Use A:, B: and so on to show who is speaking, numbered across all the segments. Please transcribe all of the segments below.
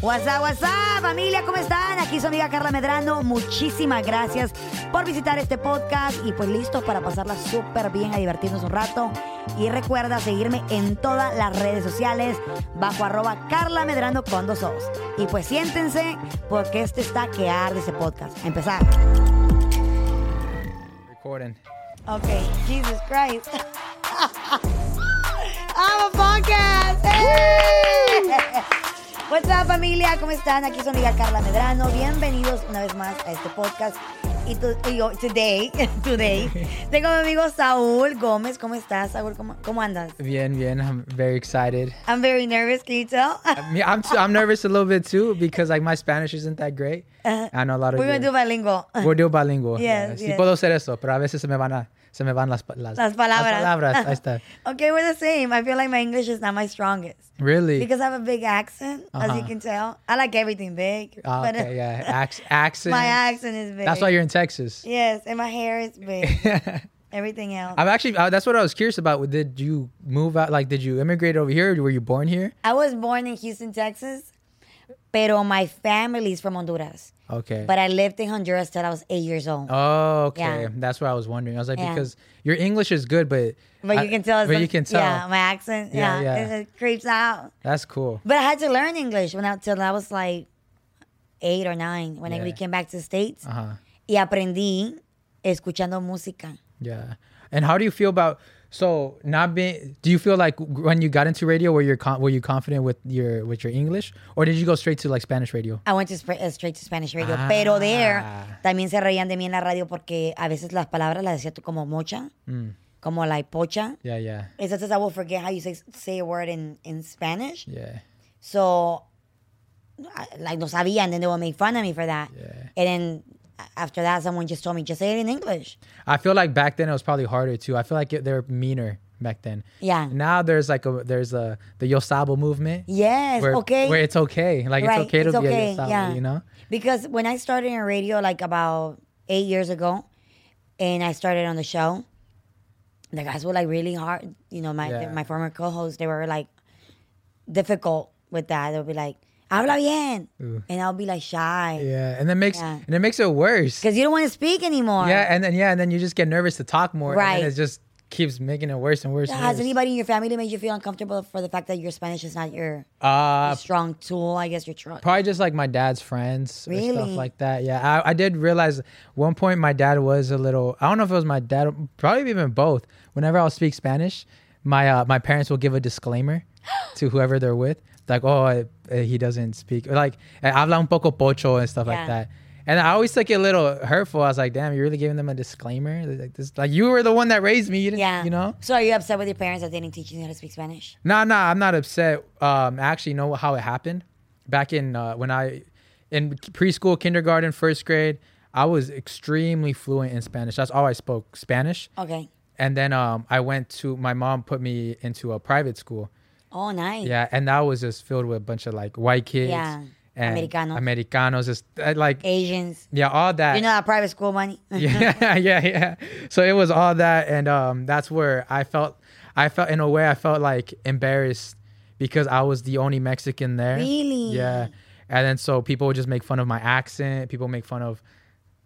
A: WhatsApp, WhatsApp, familia, ¿cómo están? Aquí su amiga Carla Medrano. Muchísimas gracias por visitar este podcast y pues listos para pasarla súper bien, a divertirnos un rato. Y recuerda seguirme en todas las redes sociales bajo arroba Carla Medrano con dos ojos. Y pues siéntense porque este está que arde ese podcast. A empezar.
B: Recording.
A: Ok, Jesus Christ. I'm a podcast. ¡Eh! What's up, familia? ¿Cómo están? Aquí su amiga Carla Medrano. Bienvenidos una vez más a este podcast. Y, tu- y yo, today, today, tengo a mi amigo Saúl Gómez. ¿Cómo estás, Saúl? ¿Cómo, cómo andas?
B: Bien, bien. I'm very excited.
A: I'm very nervous, can you tell?
B: I mean, I'm I'm nervous a little bit too because like my Spanish isn't that great.
A: Uh,
B: I know a lot of.
A: We're gonna
B: you-
A: do bilingual.
B: We'll do bilingual.
A: uh, Yes,
B: Sí
A: yes.
B: puedo hacer eso, pero a veces se me van a se me van las pa- las,
A: Las palabras.
B: Las palabras. Ahí está.
A: Okay, we're the same. I feel like my English is not my strongest.
B: Really.
A: Because I have a big accent, as you
B: Uh-huh.
A: can tell. I like everything big.
B: Ah,
A: but- uh,
B: okay, yeah. Ac- accent.
A: My accent is big.
B: That's why you're in Texas.
A: Yes, and my hair is big. Everything else.
B: I'm actually. Uh, that's what I was curious about. Did you move out? Like, did you immigrate over here? Or were you born here?
A: I was born in Houston, Texas, pero my family's from Honduras.
B: Okay.
A: But I lived in Honduras till I was eight years old.
B: Oh, okay.
A: Yeah.
B: That's what I was wondering. I was like,
A: Yeah.
B: because your English is good, but
A: but
B: I-
A: you can tell. it's
B: But you
A: like-
B: can tell.
A: Yeah, my accent. Yeah,
B: Yeah, yeah.
A: It, it creeps out.
B: That's cool.
A: But I had to learn English when I till I was like eight or nine when I,
B: Yeah.
A: we came back to the states.
B: Uh huh.
A: Y aprendí escuchando música.
B: Yeah. And how do you feel about so not being? Do you feel like when you got into radio, were you con- were you confident with your with your English, or did you go straight to like Spanish radio?
A: I went to sp- uh, straight to Spanish radio. Pero there
B: Ah.
A: también se reían de mí en la radio porque a veces las palabras las decía tú como mocha,
B: Mm.
A: como la pocha.
B: Yeah, yeah,
A: It's just I will forget how you say say a word in, in Spanish.
B: yeah,
A: So, I, like, no sabía, and then they would make fun of me for that.
B: yeah.
A: And then a- after that, someone just told me, just say it in English.
B: I feel like back then it was probably harder too. I feel like it, they were meaner back then.
A: Yeah.
B: Now there's like a there's a the Yo Sabo movement.
A: Yes,
B: Where,
A: okay.
B: Where it's okay, like
A: Right,
B: it's okay to
A: it's
B: be a
A: okay,
B: Yo Sabo,
A: yeah.
B: you know.
A: Because when I started in radio, like about eight years ago, and I started on the show, the guys were like really hard. You know, my
B: Yeah.
A: my former co-hosts, they were like difficult with that. They would be like, "Habla bien," and I'll be like shy
B: Yeah, and that makes
A: Yeah.
B: and it makes it worse.
A: because you don't want to speak anymore.
B: Yeah, and then yeah, and then you just get nervous to talk more. And
A: Right.
B: then it just keeps making it worse and worse. and
A: Has
B: worse.
A: anybody in your family made you feel uncomfortable for the fact that your Spanish is not your
B: Uh,
A: strong tool? I guess your strong.
B: probably just like my dad's friends or stuff
A: Really?
B: like that. Yeah, I, I did realize one point my dad was a little. I don't know if it was my dad, probably even both. Whenever I'll speak Spanish, my uh, my parents will give a disclaimer to whoever they're with, like, oh, eh, eh, he doesn't speak like eh, habla un poco pocho and stuff
A: Yeah.
B: like that. And I always took it a little hurtful. I was like, "Damn, you're really giving them a disclaimer? Like this, like you were the one that raised me. You didn't,
A: yeah.
B: you know."
A: So are you upset with your parents that they didn't teach you how to speak Spanish?
B: No, no, I'm not upset. Um, I actually know how it happened. Back in uh, when I in preschool, kindergarten, first grade, I was extremely fluent in Spanish. That's all I spoke Spanish.
A: Okay.
B: And then um, I went to my mom put me into a private school.
A: Oh, nice.
B: Yeah, and that was just filled with a bunch of like white kids.
A: Yeah,
B: And
A: Americanos.
B: Americanos, just uh, like
A: Asians.
B: yeah, all that
A: You know that private school money.
B: yeah, yeah, yeah. So it was all that, and um, that's where I felt, I felt in a way, I felt like embarrassed because I was the only Mexican there.
A: Really?
B: Yeah. And then so people would just make fun of my accent. People make fun of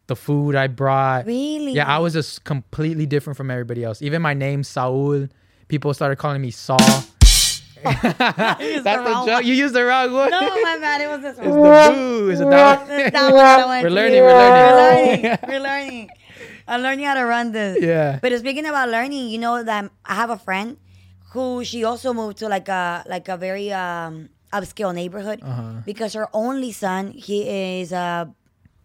B: the food I brought.
A: Really?
B: Yeah, I was just completely different from everybody else. Even my name, Saul, people started calling me Saul.
A: It's the
B: That's a
A: wrong
B: joke. You used the wrong one.
A: No, my bad. It was this one.
B: The boo is a dog.
A: That's not what I wanted
B: We're
A: to
B: learning.
A: do.
B: We're
A: We're
B: learning.
A: learning. We're learning. I'm learning how to run this.
B: Yeah.
A: But speaking about learning, you know that I have a friend who she also moved to like a like a very um, upscale neighborhood
B: Uh-huh.
A: because her only son he is a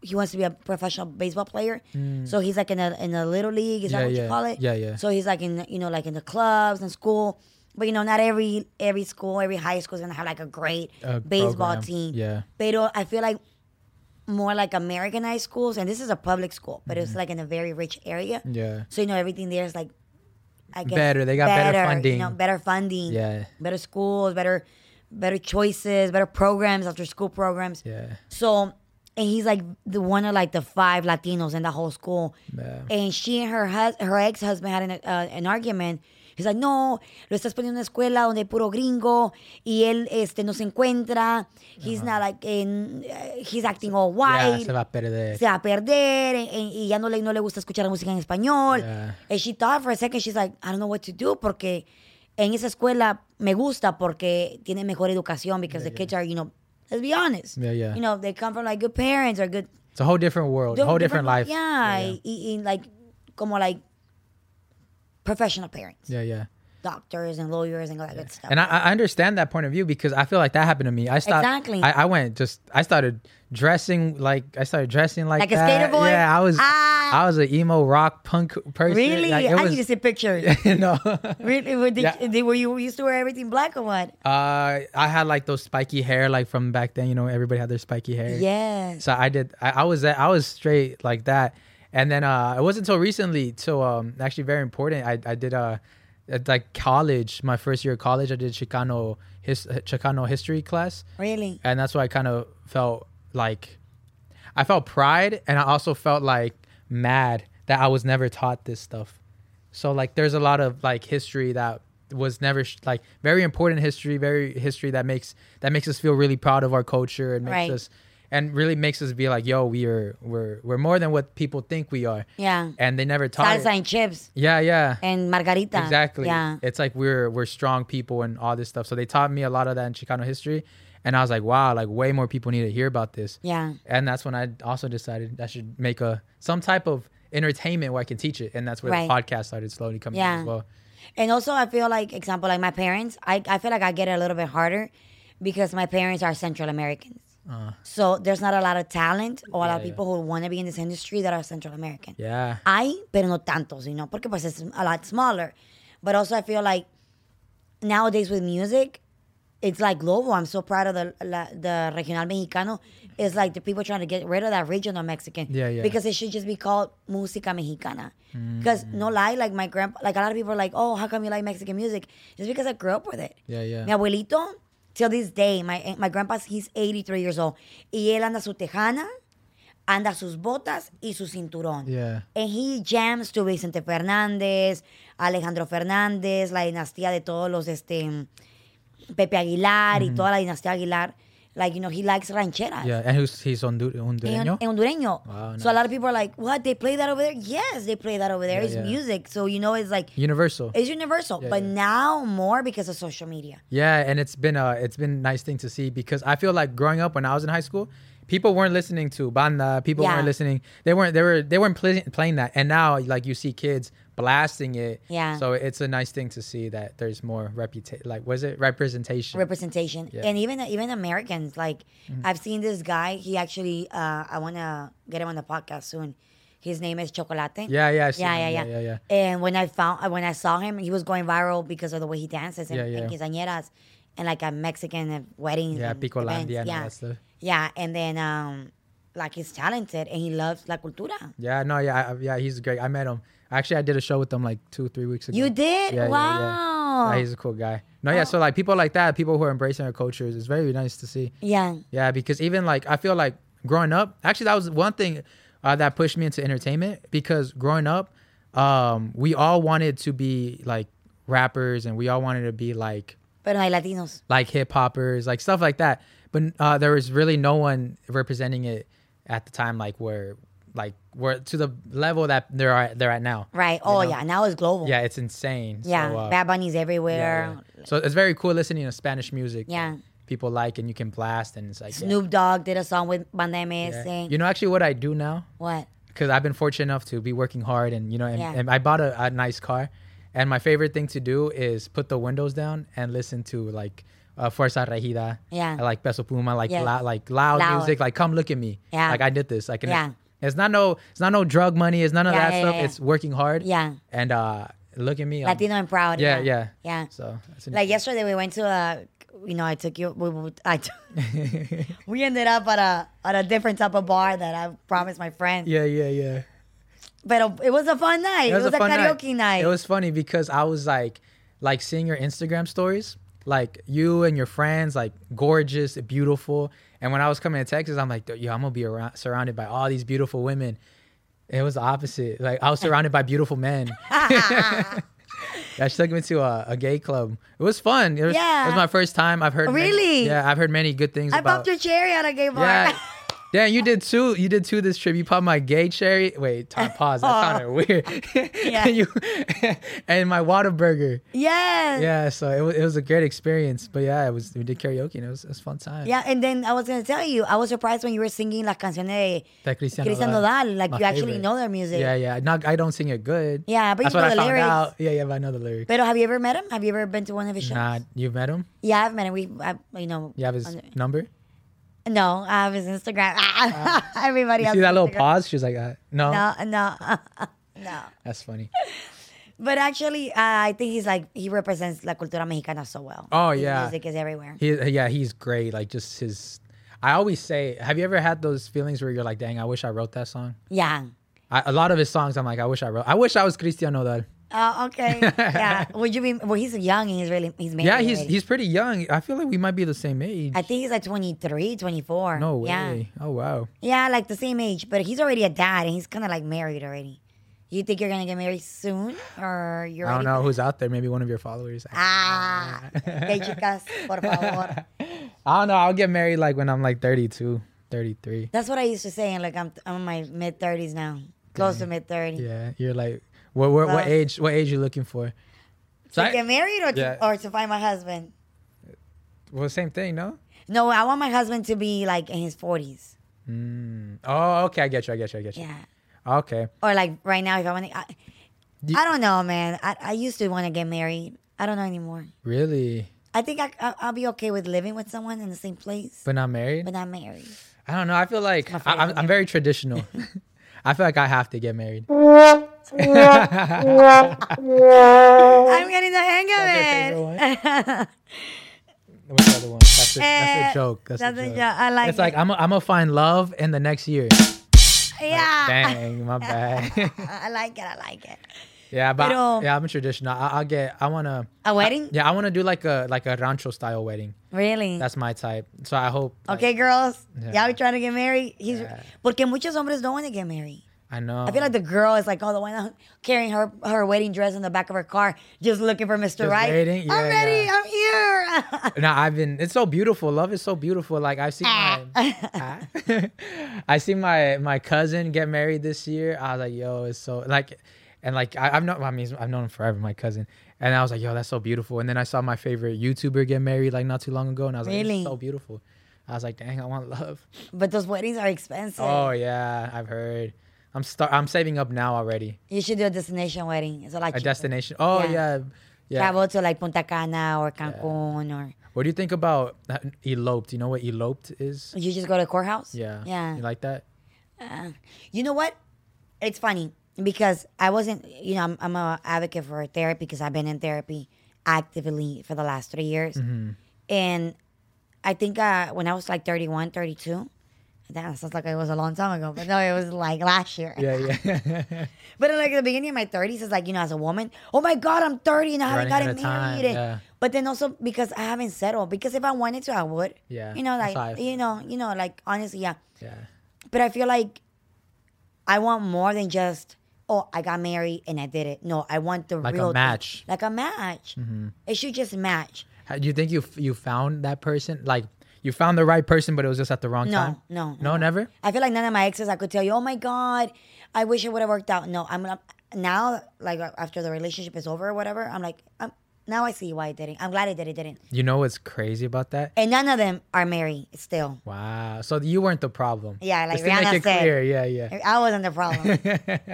A: he wants to be a professional baseball player. So he's like in a in a little league. Is
B: Mm. Yeah,
A: that what
B: yeah.
A: you call it?
B: Yeah, yeah.
A: So he's like in you know like in the clubs and school. But you know, not every every school, every high school is gonna have like a great
B: A
A: baseball
B: program.
A: team.
B: Yeah.
A: Pero I feel like more like Americanized schools, and this is a public school, but
B: Mm-hmm.
A: it's like in a very rich area.
B: Yeah.
A: So you know everything there is like, I guess
B: Better. They got better funding.
A: You know, better funding.
B: Yeah.
A: Better schools, better, better choices, better programs after school programs.
B: Yeah.
A: So, and he's like the one of like the five Latinos in the whole school.
B: Yeah.
A: And she and her hus- her ex husband had an uh, an argument, He's like, no, lo estás poniendo en una escuela donde hay puro gringo y él este, no se encuentra. He's not like, in- uh, he's acting all
B: Uh-huh. Yeah,
A: white.
B: se va a perder.
A: se va a perder eh, eh, y ya no le, no le gusta escuchar la música en español.
B: Yeah.
A: And she thought for a second, she's like, I don't know what to do porque en esa escuela me gusta porque tiene mejor educación because the kids are, you know, let's be honest.
B: Yeah, yeah.
A: You know, they come from like good parents or good
B: It's a whole different world, a whole different, life.
A: Yeah,
B: yeah,
A: Y, y, like como like professional parents,
B: yeah. yeah.
A: doctors and lawyers and all that good stuff.
B: And I, I understand that point of view because I feel like that happened to me. I stopped.
A: Exactly.
B: I, I went just. I started dressing like I started dressing like
A: Like a
B: that.
A: skater boy?
B: Yeah, I was.
A: Ah.
B: I was an emo rock punk person.
A: really?
B: Like,
A: I need to see pictures.
B: no.
A: really? Were, did,
B: Yeah.
A: did- were you used to wear everything black or what?
B: Uh, I had like those spiky hair, like from back then. You know, everybody had their spiky hair.
A: Yes.
B: So I did. I, I was that. I was straight like that. And then uh, it wasn't until recently, till um, actually very important. I I did uh, at like college, my first year of college, I did Chicano his Chicano history class,
A: Really?
B: and that's why I kind of felt like I felt pride, and I also felt like mad that I was never taught this stuff. So like, there's a lot of like history that was never sh- like very important history, very history that makes that makes us feel really proud of our culture and makes
A: Right.
B: us and really makes us be like, yo, we are we're we're more than what people think we are.
A: Yeah.
B: And they never taught.
A: Salsa
B: It.
A: and chips
B: Yeah, yeah.
A: and margarita.
B: Exactly.
A: Yeah.
B: It's like we're we're strong people and all this stuff. So they taught me a lot of that in Chicano history, and I was like, wow, like way more people need to hear about this.
A: Yeah.
B: And that's when I also decided I should make a some type of entertainment where I can teach it, and that's where
A: Right.
B: the podcast started slowly coming
A: Yeah.
B: in as well.
A: And also, I feel like, example, like my parents, I, I feel like I get it a little bit harder because my parents are Central Americans. So there's not a lot of talent or a lot of
B: Uh. Yeah, yeah.
A: people who want to be in this industry that are Central American.
B: Yeah.
A: Hay, pero no tantos, you know, porque pues it's a lot smaller. But also, I feel like nowadays with music, it's like global. I'm so proud of the la, the regional mexicano. It's like the people trying to get rid of that regional Mexican.
B: Yeah, yeah. Mm.
A: Because it should just be called música mexicana. Because no lie, like my grandpa, like a lot of people are like, oh, how come you like Mexican music? It's because I grew up with it.
B: Yeah, yeah.
A: Mi abuelito, till this day, my my grandpa's he's 83 years old, y él anda su tejana, anda sus botas y su cinturón.
B: Yeah.
A: And Eh, he jams to Vicente Fernández, Alejandro Fernández, la dinastía de todos los, este, Pepe Aguilar y toda la dinastía Aguilar. Like, you know, he likes rancheras.
B: Yeah. And who's he's Hondu-
A: En,
B: Hondureño.
A: en hondureño.
B: Wow,
A: So a lot of people are like, what, they play that over there? Yes, they play that over there.
B: Yeah,
A: it's
B: yeah.
A: music. So, you know, it's like,
B: Universal.
A: it's universal.
B: Yeah,
A: but
B: yeah.
A: now more because of social media.
B: Yeah, and it's been a it's been a nice thing to see because I feel like growing up when I was in high school, people weren't listening to banda, people
A: Yeah.
B: weren't listening. They weren't they were they weren't play, playing that. And now like you see kids blasting it.
A: Yeah.
B: So it's a nice thing to see that there's more reputation like was it representation?
A: representation
B: Yeah. Mm-hmm.
A: and even even americans like i've seen this guy he actually uh i want to get him on the podcast soon his name is chocolate
B: yeah, yeah, I've seen
A: yeah, yeah,
B: it.
A: yeah,
B: yeah, yeah.
A: And when I found, uh, when I saw him, he was going viral because of the way he dances and,
B: Yeah, yeah.
A: and quinceañeras and like at Mexican weddings.
B: Yeah,
A: and
B: Picolandia
A: Mm-hmm. events.
B: and all
A: yeah,
B: that stuff.
A: yeah. And then, um, like he's talented and he loves la cultura.
B: Yeah, no, yeah, I, yeah, he's great. I met him. Actually, I did a show with him like two, three weeks ago.
A: You did? Oh.
B: Yeah, yeah, yeah.
A: wow.
B: Yeah, he's a cool guy. No, yeah, so like people like that, people who are embracing our cultures, it's very nice to see.
A: yeah.
B: Yeah, because even like I feel like growing up, actually that was one thing uh, that pushed me into entertainment because growing up, um, we all wanted to be like rappers and we all wanted to be like
A: Pero hay latinos.
B: like hip hoppers, like stuff like that. But uh, there was really no one representing it at the time, like where like where to the level that they're at, they're at now.
A: Right. Oh, yeah. Now it's global.
B: Yeah, it's insane.
A: Yeah.
B: So, uh,
A: Bad bunnies everywhere.
B: yeah, yeah. So it's very cool listening to Spanish music.
A: Yeah.
B: People like and you can blast and it's like yeah.
A: Snoop Dogg did a song with Banda MS.
B: Yeah. You know, actually, what I do now,
A: what?
B: because I've been fortunate enough to be working hard, and you know, and,
A: Yeah.
B: and I bought a, a nice car, and my favorite thing to do is put the windows down and listen to like uh, Fuerza Regida,
A: Yeah.
B: I like Peso Pluma, like
A: Yes.
B: lou- like loud,
A: Loud.
B: music, like come look at me,
A: Yeah.
B: like I did this, like and
A: Yeah.
B: it's, it's not no, it's not no drug money, it's none of
A: Yeah,
B: that
A: yeah,
B: stuff.
A: yeah, yeah.
B: It's working hard,
A: Yeah.
B: and uh, look at me, I'm-
A: Latino and proud.
B: yeah, yeah,
A: Yeah.
B: So that's an-
A: Like yesterday, we went to a, you know, I took you. We, we- I took, we ended up at a at a different type of bar that I promised my friend.
B: yeah, yeah, yeah.
A: But uh, it was a fun night. It was, a,
B: fun
A: karaoke night.
B: It was funny because I was like, like seeing your Instagram stories, like you and your friends, like gorgeous, beautiful. And when I was coming to Texas, I'm like, yo, I'm gonna be around, surrounded by all these beautiful women. It was the opposite. Like I was surrounded by beautiful men. Yeah, she took me to a, a gay club. It was fun. It was,
A: Yeah.
B: it was my first time. I've heard many-
A: Really?
B: yeah, I've heard many good things
A: I
B: about.
A: popped your cherry at a gay bar.
B: yeah, yeah, you did too. You did too this trip. You popped my gay cherry. Wait, time pause. That sounded weird.
A: Oh. Yeah.
B: you, and my water burger.
A: yes.
B: Yeah, so it was, it was a great experience. But yeah, it was we did karaoke and it was, it was a fun time.
A: Yeah, and then I was gonna tell you, I was surprised when you were singing las canciones de
B: That Christian,
A: Cristian Nodal. Like
B: my
A: you actually
B: favorite.
A: know their music.
B: Yeah, yeah. Not I don't sing it good.
A: Yeah, but you
B: That's
A: know
B: what I
A: the
B: found
A: lyrics.
B: out. Yeah, yeah, but I know the lyrics.
A: But have you ever met him? Have you ever been to one of his shows?
B: Nah, you've met him?
A: Yeah, I've met him. We, I, you know.
B: You have his
A: on
B: number?
A: the- no, I have his Instagram. Everybody.
B: Ah. You
A: has
B: see that little
A: Instagram.
B: pause? She's like, uh, no,
A: No, no, no.
B: That's funny.
A: But actually, uh, I think he's like he represents la cultura mexicana so well.
B: Oh,
A: His
B: yeah.
A: music is everywhere.
B: He, yeah, he's great. Like, just his. I always say, have you ever had those feelings where you're like, dang, I wish I wrote that song?
A: Yeah.
B: I, a lot of his songs, I'm like, I wish I wrote. I wish I was Cristian Nodal.
A: Oh, okay. yeah. Would you be? Well, he's young and he's really he's married.
B: Yeah, he's
A: already.
B: he's pretty young. I feel like we might be the same age.
A: I think he's like 23, 24.
B: no way.
A: Yeah.
B: Oh wow.
A: Yeah, like the same age, but he's already a dad and he's kind of like married already. You think you're gonna get married soon, or you're?
B: I don't
A: already-
B: know who's out there. Maybe one of your followers.
A: Ah, okay, chicas, por favor.
B: I don't know. I'll get married like when I'm like 32, 33.
A: That's what I used to say, and like I'm, I'm in my mid 30s now, close to mid 30s.
B: Yeah, you're like, what what, what
A: Well-
B: age? What age you looking for? So
A: To get
B: I,
A: married or to,
B: Yeah.
A: or to find my husband?
B: well, same thing, no?
A: No, I want my husband to be like in his 40s.
B: Oh, okay. I get you. I get you. I get you.
A: Yeah,
B: Okay.
A: or like right now, if I want to, I,
B: Do-
A: I don't know, man. I, I used to want to get married. I don't know anymore.
B: Really,
A: I think I, I, I'll be okay with living with someone in the same place,
B: but not married.
A: but not married.
B: I don't know. I feel like
A: my
B: I,
A: favorite
B: I'm, I'm very traditional. I feel like I have to get married.
A: I'm getting the hang of it.
B: What's the other one? That's a, that's
A: Eh,
B: a joke. That's,
A: that's
B: a
A: a
B: joke.
A: joke. I like
B: It's like
A: it.
B: I'm i I'm gonna find love in the next year.
A: yeah.
B: Dang, my bad.
A: I like it. I like it.
B: yeah, but
A: Pero-
B: yeah, I'm traditional. I, I'll get. I wanna.
A: A wedding?
B: Yeah, I wanna do like a like a rancho style wedding.
A: Really?
B: That's my type. So I hope. like,
A: okay, girls.
B: Yeah.
A: Y'all be trying to get married. He's
B: Yeah.
A: porque muchos hombres don't want to get married.
B: I know.
A: I feel like the girl is like, oh, the one carrying her her wedding dress in the back of her car, just looking for Mr.
B: Just
A: right.
B: waiting?
A: I'm
B: Yeah,
A: ready.
B: yeah.
A: I'm here.
B: No, I've been. It's so beautiful. Love is so beautiful. Like I've seen my, Ah. I see my my cousin get married this year. I was like, yo, it's so like, and like I, I've known. I mean, I've known him forever. My cousin, and I was like, yo, that's so beautiful. And then I saw my favorite YouTuber get married like not too long ago, and I was like,
A: Really?
B: it's so beautiful. I was like, dang, I want love.
A: but those weddings are expensive.
B: Oh yeah, I've heard. I'm start. I'm saving up now already.
A: You should do a destination wedding. It's a lot
B: A
A: cheaper.
B: destination. Oh
A: Yeah.
B: yeah, yeah.
A: Travel to like Punta Cana or Cancun or
B: What do you think about uh, eloped? You know what eloped is?
A: you just go to courthouse.
B: Yeah.
A: Yeah.
B: You like that?
A: You know what? It's funny because I wasn't, you know, I'm, I'm a advocate for therapy because I've been in therapy actively for the last three years.
B: Mm-hmm.
A: And I think uh, when I was like 31, 32, that sounds like it was a long time ago, but no, it was like last year.
B: Yeah, yeah.
A: But like at the beginning of my 30s, it's like, you know, as a woman, oh my God, I'm 30 and I haven't
B: Running
A: gotten married.
B: out of time,
A: and-
B: yeah.
A: But then also because I haven't settled, because if I wanted to, I would.
B: Yeah,
A: You know,
B: that's how I
A: like,
B: feel.
A: you know, you know, like honestly, yeah
B: yeah.
A: but I feel like I want more than just oh I got married and I did it. No, I want the
B: Like a
A: real thing.
B: match. Mm-hmm.
A: like a match. It should just match.
B: How- Do you think you f- you found that person? Like you found the right person, but it was just at the wrong
A: No,
B: time.
A: no,
B: no,
A: no.
B: never.
A: I feel like none of my exes I could tell you, oh my god, I wish it would have worked out. No, I'm not, now like uh, after the relationship is over or whatever. I'm like i now I see why it didn't. I'm glad it did. It didn't.
B: You know what's crazy about that?
A: And none of them are married still.
B: Wow. So you weren't the problem.
A: Yeah, like
B: Just to
A: Rihanna
B: make it
A: said.
B: clear. Yeah, yeah.
A: I wasn't the problem.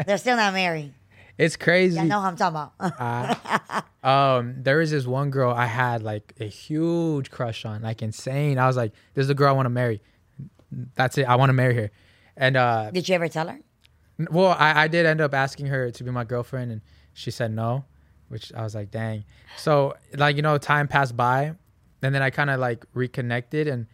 A: They're still not married.
B: It's crazy.
A: I know who I'm talking about.
B: Uh, Um, there is this one girl I had like a huge crush on, like insane. I was like, this is the girl I want to marry. That's it. I want to marry her. And uh,
A: did you ever tell her?
B: N- Well, I, I did end up asking her to be my girlfriend, and she said no, which I was like, dang. So, like, you know, time passed by, and then I kind of like reconnected, and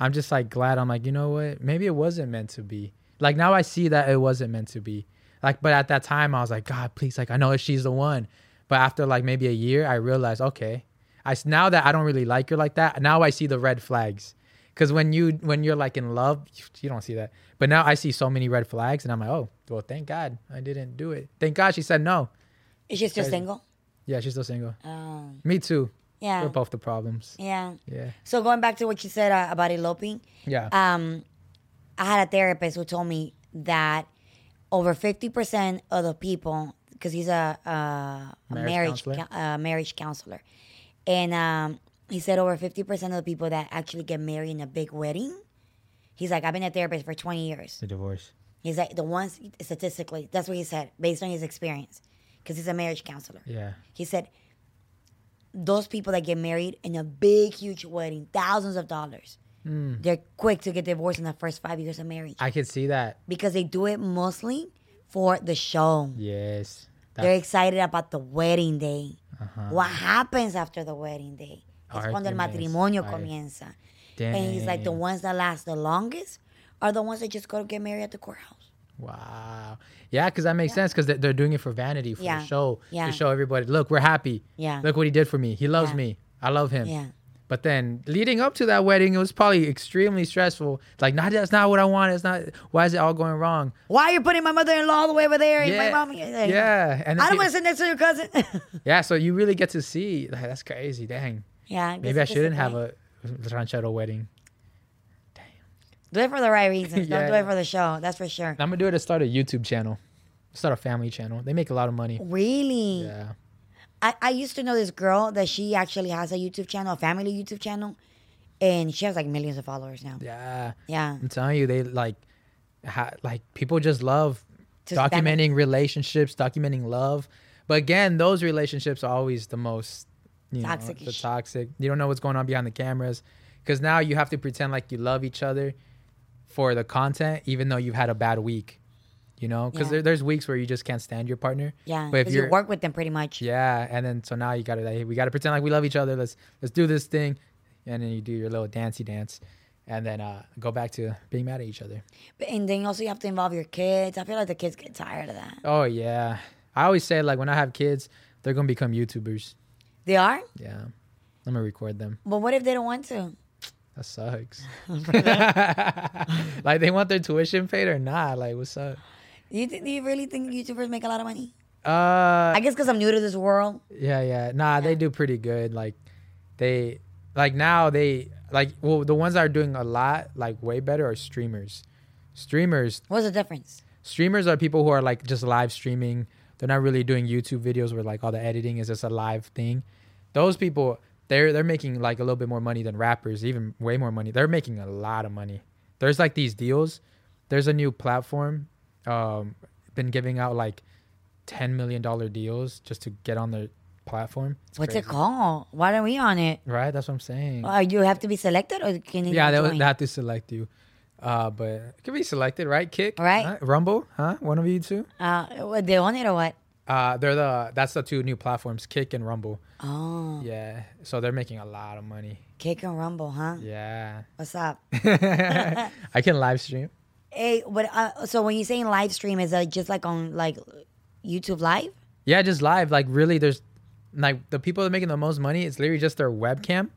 B: I'm just like glad. I'm like, you know what? Maybe it wasn't meant to be. Like, now I see that it wasn't meant to be. Like, but at that time, I was like, God, please, like, I know she's the one. But after like maybe a year, I realized, okay, I s- now that I don't really like her like that, now I see the red flags. Because when you when you're like in love, you- you don't see that. But now I see so many red flags, and I'm like, oh, well, thank God I didn't do it. Thank God she said no.
A: Is she still single?
B: Yeah, she's still single.
A: Um,
B: Me too.
A: yeah.
B: We're both the problems.
A: Yeah.
B: Yeah.
A: So going back to what you said uh, about eloping,
B: Yeah.
A: um, I had a therapist who told me that over fifty percent of the people, because he's a, uh, a
B: Marriage
A: marriage
B: counselor?
A: counselor. Uh, marriage counselor, and um, he said over fifty percent of the people that actually get married in a big wedding, he's like, I've been a therapist for twenty years.
B: the divorce.
A: He's like the ones statistically, that's what he said based on his experience, because he's a marriage counselor.
B: Yeah.
A: He said, those people that get married in a big, huge wedding, thousands of dollars,
B: Hmm.
A: they're quick to get divorced in the first five years of marriage
B: I could see that.
A: because they do it mostly for the show.
B: Yes.
A: They're
B: That,
A: excited about the wedding day.
B: Uh-huh.
A: What happens after the wedding day? It's
B: Ahora
A: cuando el
B: tienes-
A: matrimonio
B: ahora-
A: comienza.
B: dang.
A: And he's like, the ones that last the longest are the ones that just go to get married at the courthouse.
B: wow. Yeah, because that makes sense. Because they're doing it for vanity, for
A: Yeah.
B: the show,
A: Yeah.
B: to show everybody, look, we're happy.
A: Yeah.
B: Look what he did for me. He loves
A: Yeah.
B: me. I love him.
A: Yeah.
B: But then leading up to that wedding, it was probably extremely stressful. Like, not that's not what I want. It's not. Why is it all going wrong?
A: Why are you putting my mother in law all the way over there and my
B: Yeah.
A: mommy?
B: Yeah. And
A: I
B: then-
A: don't want to sit next to your cousin.
B: Yeah. So you really get to see. Like, that's crazy. Dang.
A: yeah.
B: Maybe I shouldn't have
A: a.
B: a ranchero wedding.
A: Do it for the right reasons. Don't do
B: Yeah.
A: it for the show. That's for sure.
B: I'm gonna do it to start a YouTube channel, start a family channel. They make a lot of money.
A: Really?
B: Yeah.
A: I, I used to know this girl that she actually has a YouTube channel, a family YouTube channel, and she has like millions of followers now.
B: Yeah.
A: Yeah.
B: I'm telling you, they like, ha- like people just love
A: Just
B: documenting relationships, documenting love. But again, those relationships are always the most, you
A: Toxic
B: know, the
A: ish.
B: toxic. You don't know what's going on behind the cameras, because now you have to pretend like you love each other for the content, even though you've had a bad week. You know, because
A: Yeah.
B: there, there's weeks where you just can't stand your partner.
A: Yeah.
B: But if
A: 'Cause
B: you're
A: you work with them pretty much.
B: Yeah, and then so now you gotta like, hey, we gotta pretend like we love each other. Let's let's do this thing, and then you do your little dancey dance, and then uh, go back to being mad at each other.
A: But- And then also you have to involve your kids. I feel like the kids get tired of that.
B: Oh yeah, I always say like when I have kids, they're gonna become YouTubers.
A: They are?
B: Yeah, I'm gonna record them.
A: But what if they don't want to?
B: That sucks. like they want their tuition paid or not? Like what's up?
A: Do you, th- do you really think YouTubers make a lot of money?
B: Uh,
A: I guess because I'm new to this world.
B: Yeah, yeah. Nah, they do pretty good. Like they like now they like well the ones that are doing a lot like way better are streamers. Streamers
A: What's the difference?
B: streamers are people who are like just live streaming. They're not really doing YouTube videos where like all the editing is just a live thing. Those people they're they're making like a little bit more money than rappers, even way more money. They're making a lot of money. There's like these deals. There's a new platform um been giving out like 10 million dollar deals just to get on their platform. It's
A: What's it
B: crazy.
A: called? Why are we on it?
B: Right, that's what I'm saying.
A: Uh, you have to be selected or can you
B: yeah, they,
A: join?
B: they have to select you. Uh, but it could be selected, right? Kick,
A: Right.
B: Huh? Rumble, huh? One of you two.
A: Uh, what, they own it or what?
B: Uh, they're the that's the two new platforms, Kick and Rumble.
A: Oh,
B: Yeah, so they're making a lot of money.
A: Kick and Rumble, huh?
B: Yeah,
A: What's up?
B: I can live stream.
A: hey, but uh, so when you're saying live stream, is that just like on like YouTube Live?
B: Yeah, just live. Like really, there's like the people that are making the most money. It's literally just their webcam,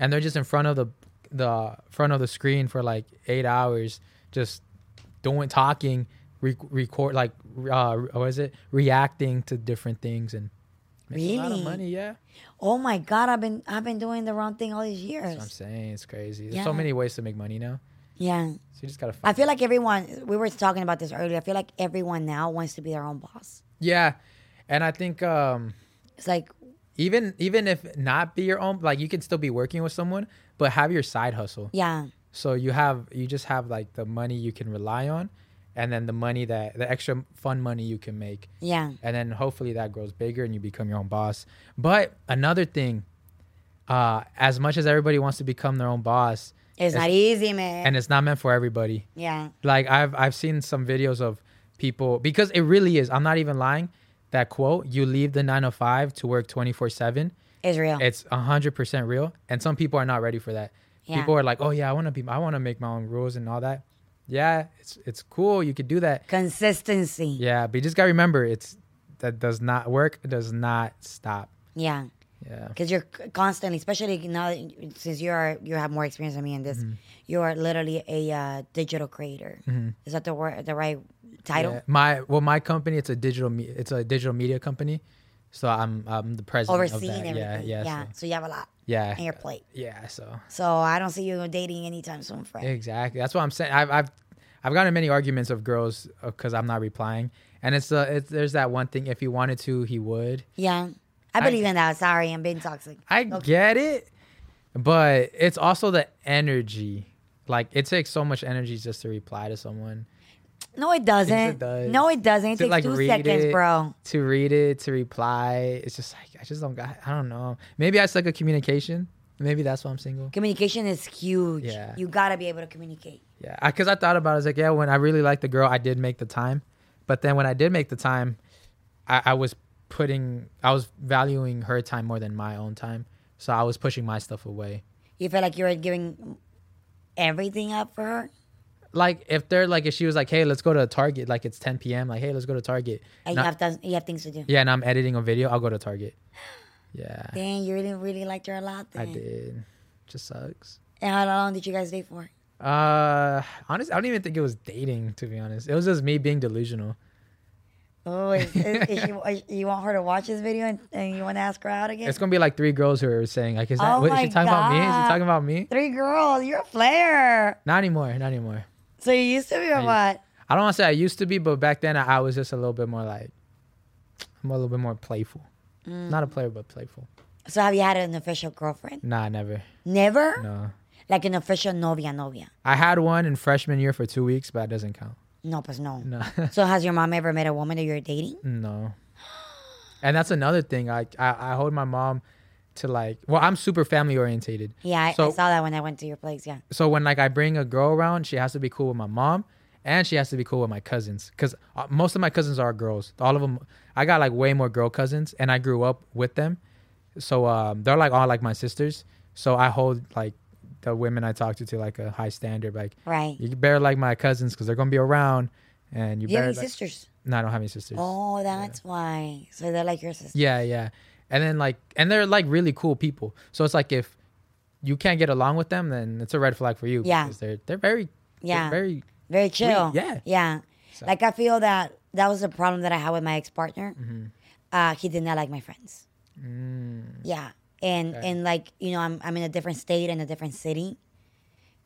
B: and they're just in front of the the front of the screen for like eight hours, just doing talking, re- record like uh, what is it? Reacting to different things and making a lot
A: Really?
B: of money. Yeah,
A: Oh my God, I've been I've been doing the wrong thing all these
B: that's what I'm
A: years.
B: saying. It's crazy. There's so
A: Yeah.
B: many ways to make money now.
A: Yeah,
B: So you just gotta. Find
A: I feel like everyone. We were talking about this earlier. I feel like everyone now wants to be their own boss.
B: Yeah, and I think um,
A: It's like
B: even even if not be your own, like you can still be working with someone, but have your side hustle.
A: yeah,
B: So you have you just have like the money you can rely on, and then the money that the extra fun money you can make,
A: yeah.
B: and then hopefully that grows bigger and you become your own boss. But another thing, uh, as much as everybody wants to become their own boss,
A: It's, not easy, man.
B: and it's not meant for everybody
A: yeah,
B: like I've I've seen some videos of people because it really is. I'm not even lying. That quote, you leave the nine to five to work twenty four seven.
A: it's real.
B: It's hundred percent real, and some people are not ready for that.
A: Yeah.
B: People are like, oh yeah, I want to be, I want to make my own rules and all that. Yeah, it's it's cool. You could do that.
A: Consistency.
B: Yeah, but you just gotta remember, it's that does not work. It does not stop.
A: Yeah.
B: Yeah,
A: because you're c- constantly, especially now that you- since you are you have more experience than me in this,
B: Mm-hmm.
A: you are literally a uh, digital creator. Is that the word, the right title?
B: Yeah. my well, my company it's a digital me- it's a digital media company, So I'm I'm the president
A: overseeing
B: of that.
A: everything.
B: Yeah, yeah,
A: yeah.
B: So,
A: So you have a lot
B: yeah,
A: on your plate.
B: yeah. So
A: So I don't see you dating anytime soon, Fred.
B: exactly. That's what I'm saying. I've I've I've gotten many arguments of girls because I'm not replying, and it's uh it's, there's that one thing. If he wanted to, he would.
A: Yeah. I believe in that. Sorry, I'm being toxic.
B: I get it, but it's also the energy. Like it takes so much energy just to reply to someone.
A: No, it doesn't.
B: Yes, it does.
A: No, it doesn't. It
B: To,
A: takes
B: like,
A: two
B: read
A: seconds,
B: it.
A: bro.
B: To read it, to reply, it's just like I just don't got. I don't know. Maybe I suck at communication. Maybe that's why I'm single.
A: Communication is huge.
B: Yeah.
A: You gotta be able to communicate.
B: Yeah, because I, thought about it. I was like, yeah, when I really liked the girl, I did make the time. But then when I did make the time, I, I was putting, I was valuing her time more than my own time. So I was pushing my stuff away.
A: You feel like you're giving everything up for her.
B: Like if they're like, if she was like, hey, let's go to Target, like it's 10 p.m., like, hey, let's go to Target.
A: And
B: No-
A: you have to, you have things to do.
B: yeah, and I'm editing a video, I'll go to Target. Yeah,
A: Dang, you really really liked her a lot. Then.
B: I did. Just sucks.
A: And how long did you guys date for?
B: Uh, honestly, I don't even think it was dating, to be honest. It was just me being delusional.
A: Oh, is, is, is she, is- you want her to watch this video and, and you want to ask her out again?
B: It's gonna be like three girls who are saying, like, is that,
A: Oh
B: what, is
A: my
B: she talking about me? Is
A: God.
B: she talking about me?
A: Three girls. You're a player.
B: Not anymore. Not anymore.
A: So you used to be or what?
B: I don't want to say I used to be, but back then I I was just a little bit more like, I'm a little bit more playful. Not a player, but playful.
A: So have you had an official girlfriend?
B: Nah, never.
A: Never.
B: No.
A: Like an official novia, novia.
B: I had one in freshman year for two weeks, but that doesn't count.
A: No, pues no.
B: No.
A: So has your mom ever met a woman that you're dating?
B: no. And that's another thing. I, I I hold my mom to like. Well, I'm super family orientated.
A: Yeah, I, I
B: So
A: saw that when I went to your place. Yeah.
B: so when like I bring a girl around, she has to be cool with my mom, and she has to be cool with my cousins, because uh, most of my cousins are girls. All of them, I got like way more girl cousins, and I grew up with them, so um, they're like all like my sisters. So I hold like the women I talk to to like a high standard. Like
A: Right.
B: you better like my cousins because they're gonna be around, and you
A: You have
B: better.
A: any
B: like-
A: sisters?
B: no, I don't have any sisters.
A: Oh, that's why. So they're like your sisters.
B: Yeah, yeah. And then like and they're like really cool people. So it's like if you can't get along with them, then it's a red flag for you.
A: Yeah.
B: Because they're they're very they're
A: Yeah.
B: very
A: Very chill.
B: yeah.
A: Yeah. Like I feel that that was a problem that I had with my ex partner.
B: Mm-hmm.
A: Uh, he did not like my friends.
B: Mm.
A: Yeah. And and like, you know, I'm I'm in a different state and a different city.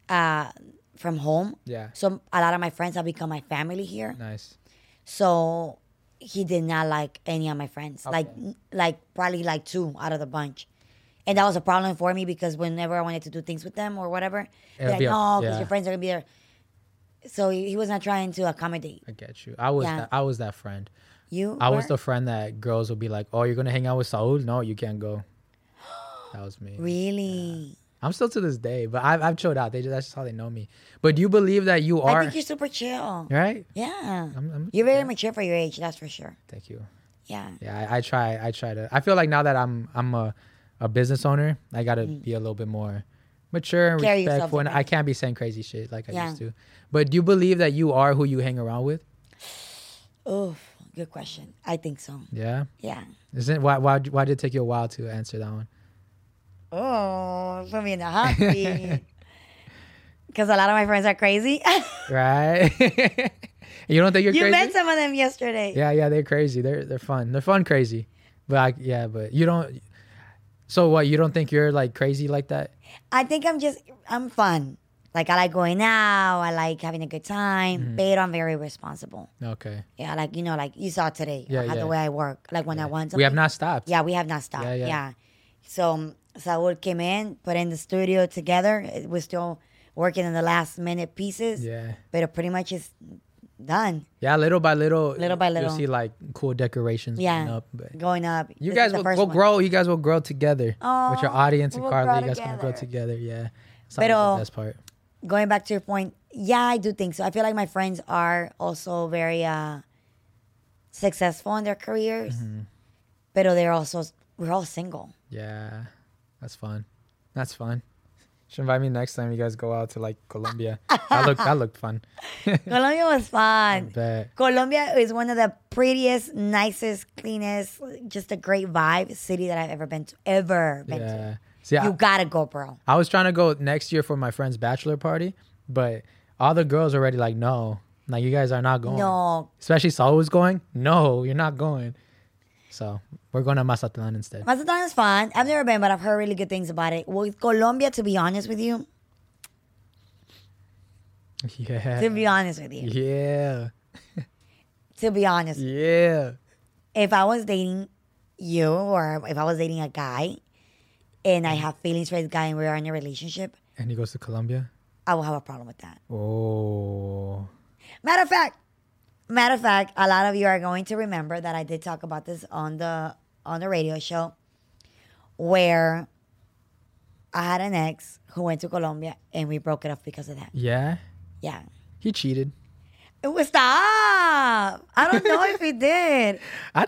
A: Uh from home.
B: Yeah.
A: So a lot of my friends have become my family here.
B: nice.
A: So he did not like any of my friends. Like like probably like two out of the bunch. And that was a problem for me because whenever I wanted to do things with them or whatever, they're
B: would
A: like,
B: be a-
A: no, because
B: yeah.
A: your friends are gonna be there. So he, he was not trying to accommodate
B: I get you. I was
A: Yeah.
B: that I was that friend.
A: you.
B: I was
A: were?
B: the friend that girls would be like, Oh, you're gonna hang out with Saul? No, you can't go. That was me.
A: really.
B: I'm still to this day, but I've I've chilled out. They just that's just how they know me. But do you believe that you
A: I
B: are
A: think you're super chill.
B: right?
A: Yeah,
B: I'm, I'm,
A: you're very mature for your age. That's for sure.
B: thank you.
A: Yeah,
B: yeah I, I try i try to i feel like now that i'm i'm a, a business owner i gotta be a little bit more mature and
A: Mm. Carry yourself
B: respectful and i
A: different.
B: can't be saying crazy shit like i
A: Yeah.
B: used to but do you believe that you are who you hang around with
A: Oh, good question. I think so.
B: yeah
A: Yeah.
B: isn't why, why why did it take you a while to answer that one
A: Oh, put me in the hot seat. Because a lot of my friends are crazy.
B: right you don't think you're
A: you
B: crazy
A: met some of them yesterday.
B: yeah yeah they're crazy they're they're fun they're fun crazy but I, yeah but you don't so what you don't think you're like crazy like that
A: I think I'm just I'm fun. Like I like going out. I like having a good time.
B: Mm-hmm.
A: But I'm very responsible.
B: okay
A: Yeah, like you know, like you saw today
B: Yeah,
A: how
B: yeah.
A: the way I work. Like when I want something.
B: we have not stopped
A: Yeah, we have not stopped.
B: Yeah,
A: Yeah.
B: yeah.
A: So um, Saul came in, put in the studio together. It- We're still working on the last minute pieces.
B: yeah
A: But it pretty much is done.
B: Yeah, little by little,
A: Little by little.
B: you'll see like cool decorations.
A: Yeah.
B: going up, but
A: Going up.
B: you
A: This is
B: guys
A: the
B: will,
A: first
B: will
A: one.
B: grow. You guys will grow together with your
A: Aw,
B: audience and
A: we'll
B: Carla.
A: grow
B: You guys gonna grow together. Yeah, that's
A: Pero-
B: the best part.
A: Going back to your point, yeah, I do think so. I feel like my friends are also very uh, successful in their careers.
B: Mm-hmm.
A: But they're also we're all single.
B: Yeah, that's fun. That's fun. Should invite me next time you guys go out to like Colombia. that looked that looked fun.
A: Colombia was fun.
B: But
A: Colombia is one of the prettiest, nicest, cleanest, just a great vibe city that I've ever been to. Ever been to.
B: yeah, see, I,
A: You gotta go, bro.
B: I was trying to go next year for my friend's bachelor party, but all the girls already like no, like you guys are not going.
A: No,
B: especially Saul was going. No, you're not going. So we're going to Mazatlan instead.
A: Macedon is fun. I've never been, but I've heard really good things about it. With Colombia, to be honest with you, to
B: Yeah.
A: be honest with you,
B: Yeah.
A: to be honest,
B: Yeah.
A: if I was dating you or if I was dating a guy and I have feelings for this guy and we're in a relationship,
B: And he goes to Colombia.
A: I will have a problem with that.
B: Oh.
A: Matter of fact, matter of fact, a lot of you are going to remember that I did talk about this on the on the radio show where I had an ex who went to Colombia and we broke it off because of that.
B: Yeah.
A: Yeah.
B: He cheated.
A: It was stop. I don't know if he did.
B: I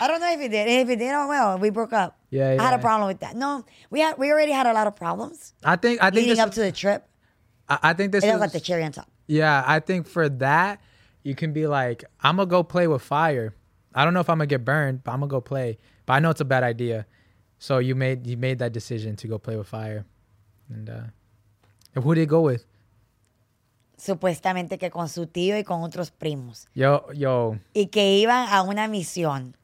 A: I don't know if he did. And if he did, oh well, we broke up.
B: Yeah,
A: I had a
B: yeah.
A: problem with that. No, we had we already had a lot of problems
B: I think I think
A: leading
B: this,
A: up to the trip.
B: I, I think this
A: It
B: is
A: was like the cherry on top.
B: yeah. I think for that you can be like I'm gonna go play with fire. I don't know if I'm gonna get burned, but I'm gonna go play. But I know it's a bad idea. So you made you made that decision to go play with fire, and uh, and who did he go with?
A: Supuestamente que con su tío y con otros primos.
B: Yo yo
A: Y que iban a una misión.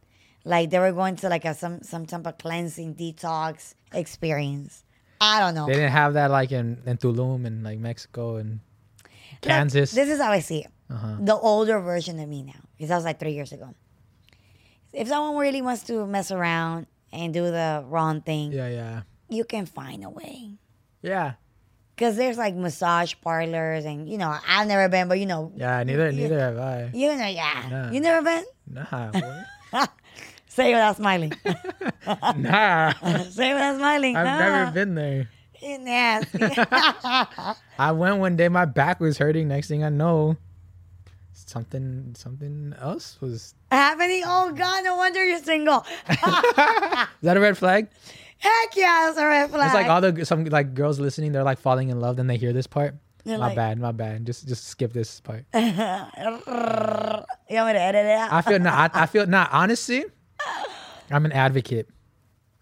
A: Like they were going to like a some some type of cleansing detox experience. I don't know.
B: They didn't have that like in, in Tulum and like Mexico and
A: Look,
B: Kansas. Uh-huh.
A: this is how I see it. The older version of me now, because that was like three years ago. If someone really wants to mess around and do the wrong thing,
B: yeah, yeah.
A: you can find a way.
B: Yeah.
A: Because there's like massage parlors, and you know, I've never been, but you know,
B: Yeah, neither
A: you-
B: neither have I.
A: You know, yeah.
B: Nah.
A: You never been?
B: Nah. boy.
A: Say it without smiling.
B: nah.
A: Say it without smiling.
B: I've never
A: Nah.
B: been there.
A: You nasty.
B: I went one day, my back was hurting. Next thing I know, something something else was
A: Happening? Oh, God, no wonder you're single.
B: Is that a red flag?
A: Heck yeah, it's a red flag.
B: It's like all the some like girls listening, they're like falling in love, then they hear this part.
A: They're
B: my
A: like-
B: bad, my bad. Just just skip this part.
A: you want me to edit it out?
B: I feel not. I, I feel not. Honestly, I'm an advocate.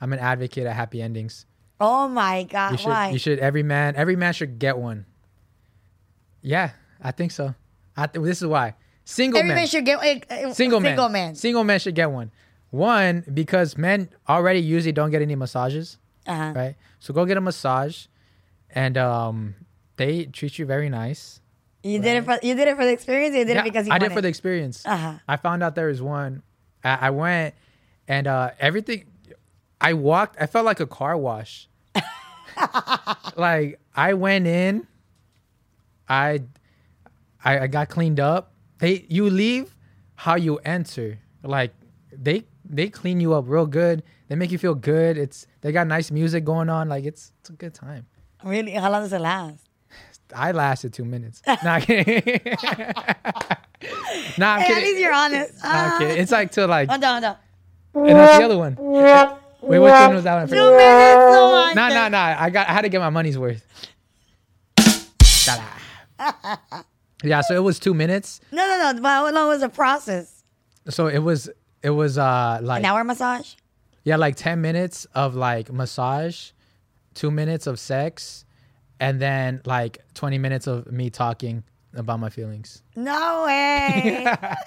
B: I'm an advocate at happy endings.
A: oh, my God.
B: You should.
A: Why?
B: You should. Every man. Every man should get one. Yeah, I think so. I th- this is why single
A: Every
B: men.
A: man should get uh,
B: single men.
A: Single man.
B: Single men should get one. One because men already usually don't get any massages,
A: Uh-huh.
B: right? So go get a massage, and um, they treat you very nice.
A: You did it for you did it for the experience. You did
B: Yeah,
A: it because you
B: I did
A: wanted.
B: it for the experience.
A: Uh-huh.
B: I found out there was one. I, I went and uh, everything. I walked. I felt like a car wash. like I went in. I, I I got cleaned up. They you leave how you enter. Like they they clean you up real good. They make you feel good. It's they got nice music going on. Like it's it's a good time.
A: really? How long does it last?
B: I lasted two minutes. Nah, I'm kidding.
A: Hey,
B: nah, I'm kidding.
A: at least you're honest.
B: Nah,
A: Ah.
B: I'm kidding. It's like till like,
A: Hold on, hold on.
B: and that's the other one. Wait, which one was that one? I
A: Two
B: forgot.
A: minutes. No, I
B: Nah,
A: said-
B: nah, nah. I got. I had to get my money's worth. Ta-da. yeah, so it was two minutes.
A: No, no, no. But how long was the process?
B: So it was, it was uh like
A: An hour massage?
B: yeah, like ten minutes of like massage, two minutes of sex, and then like twenty minutes of me talking about my feelings.
A: No way.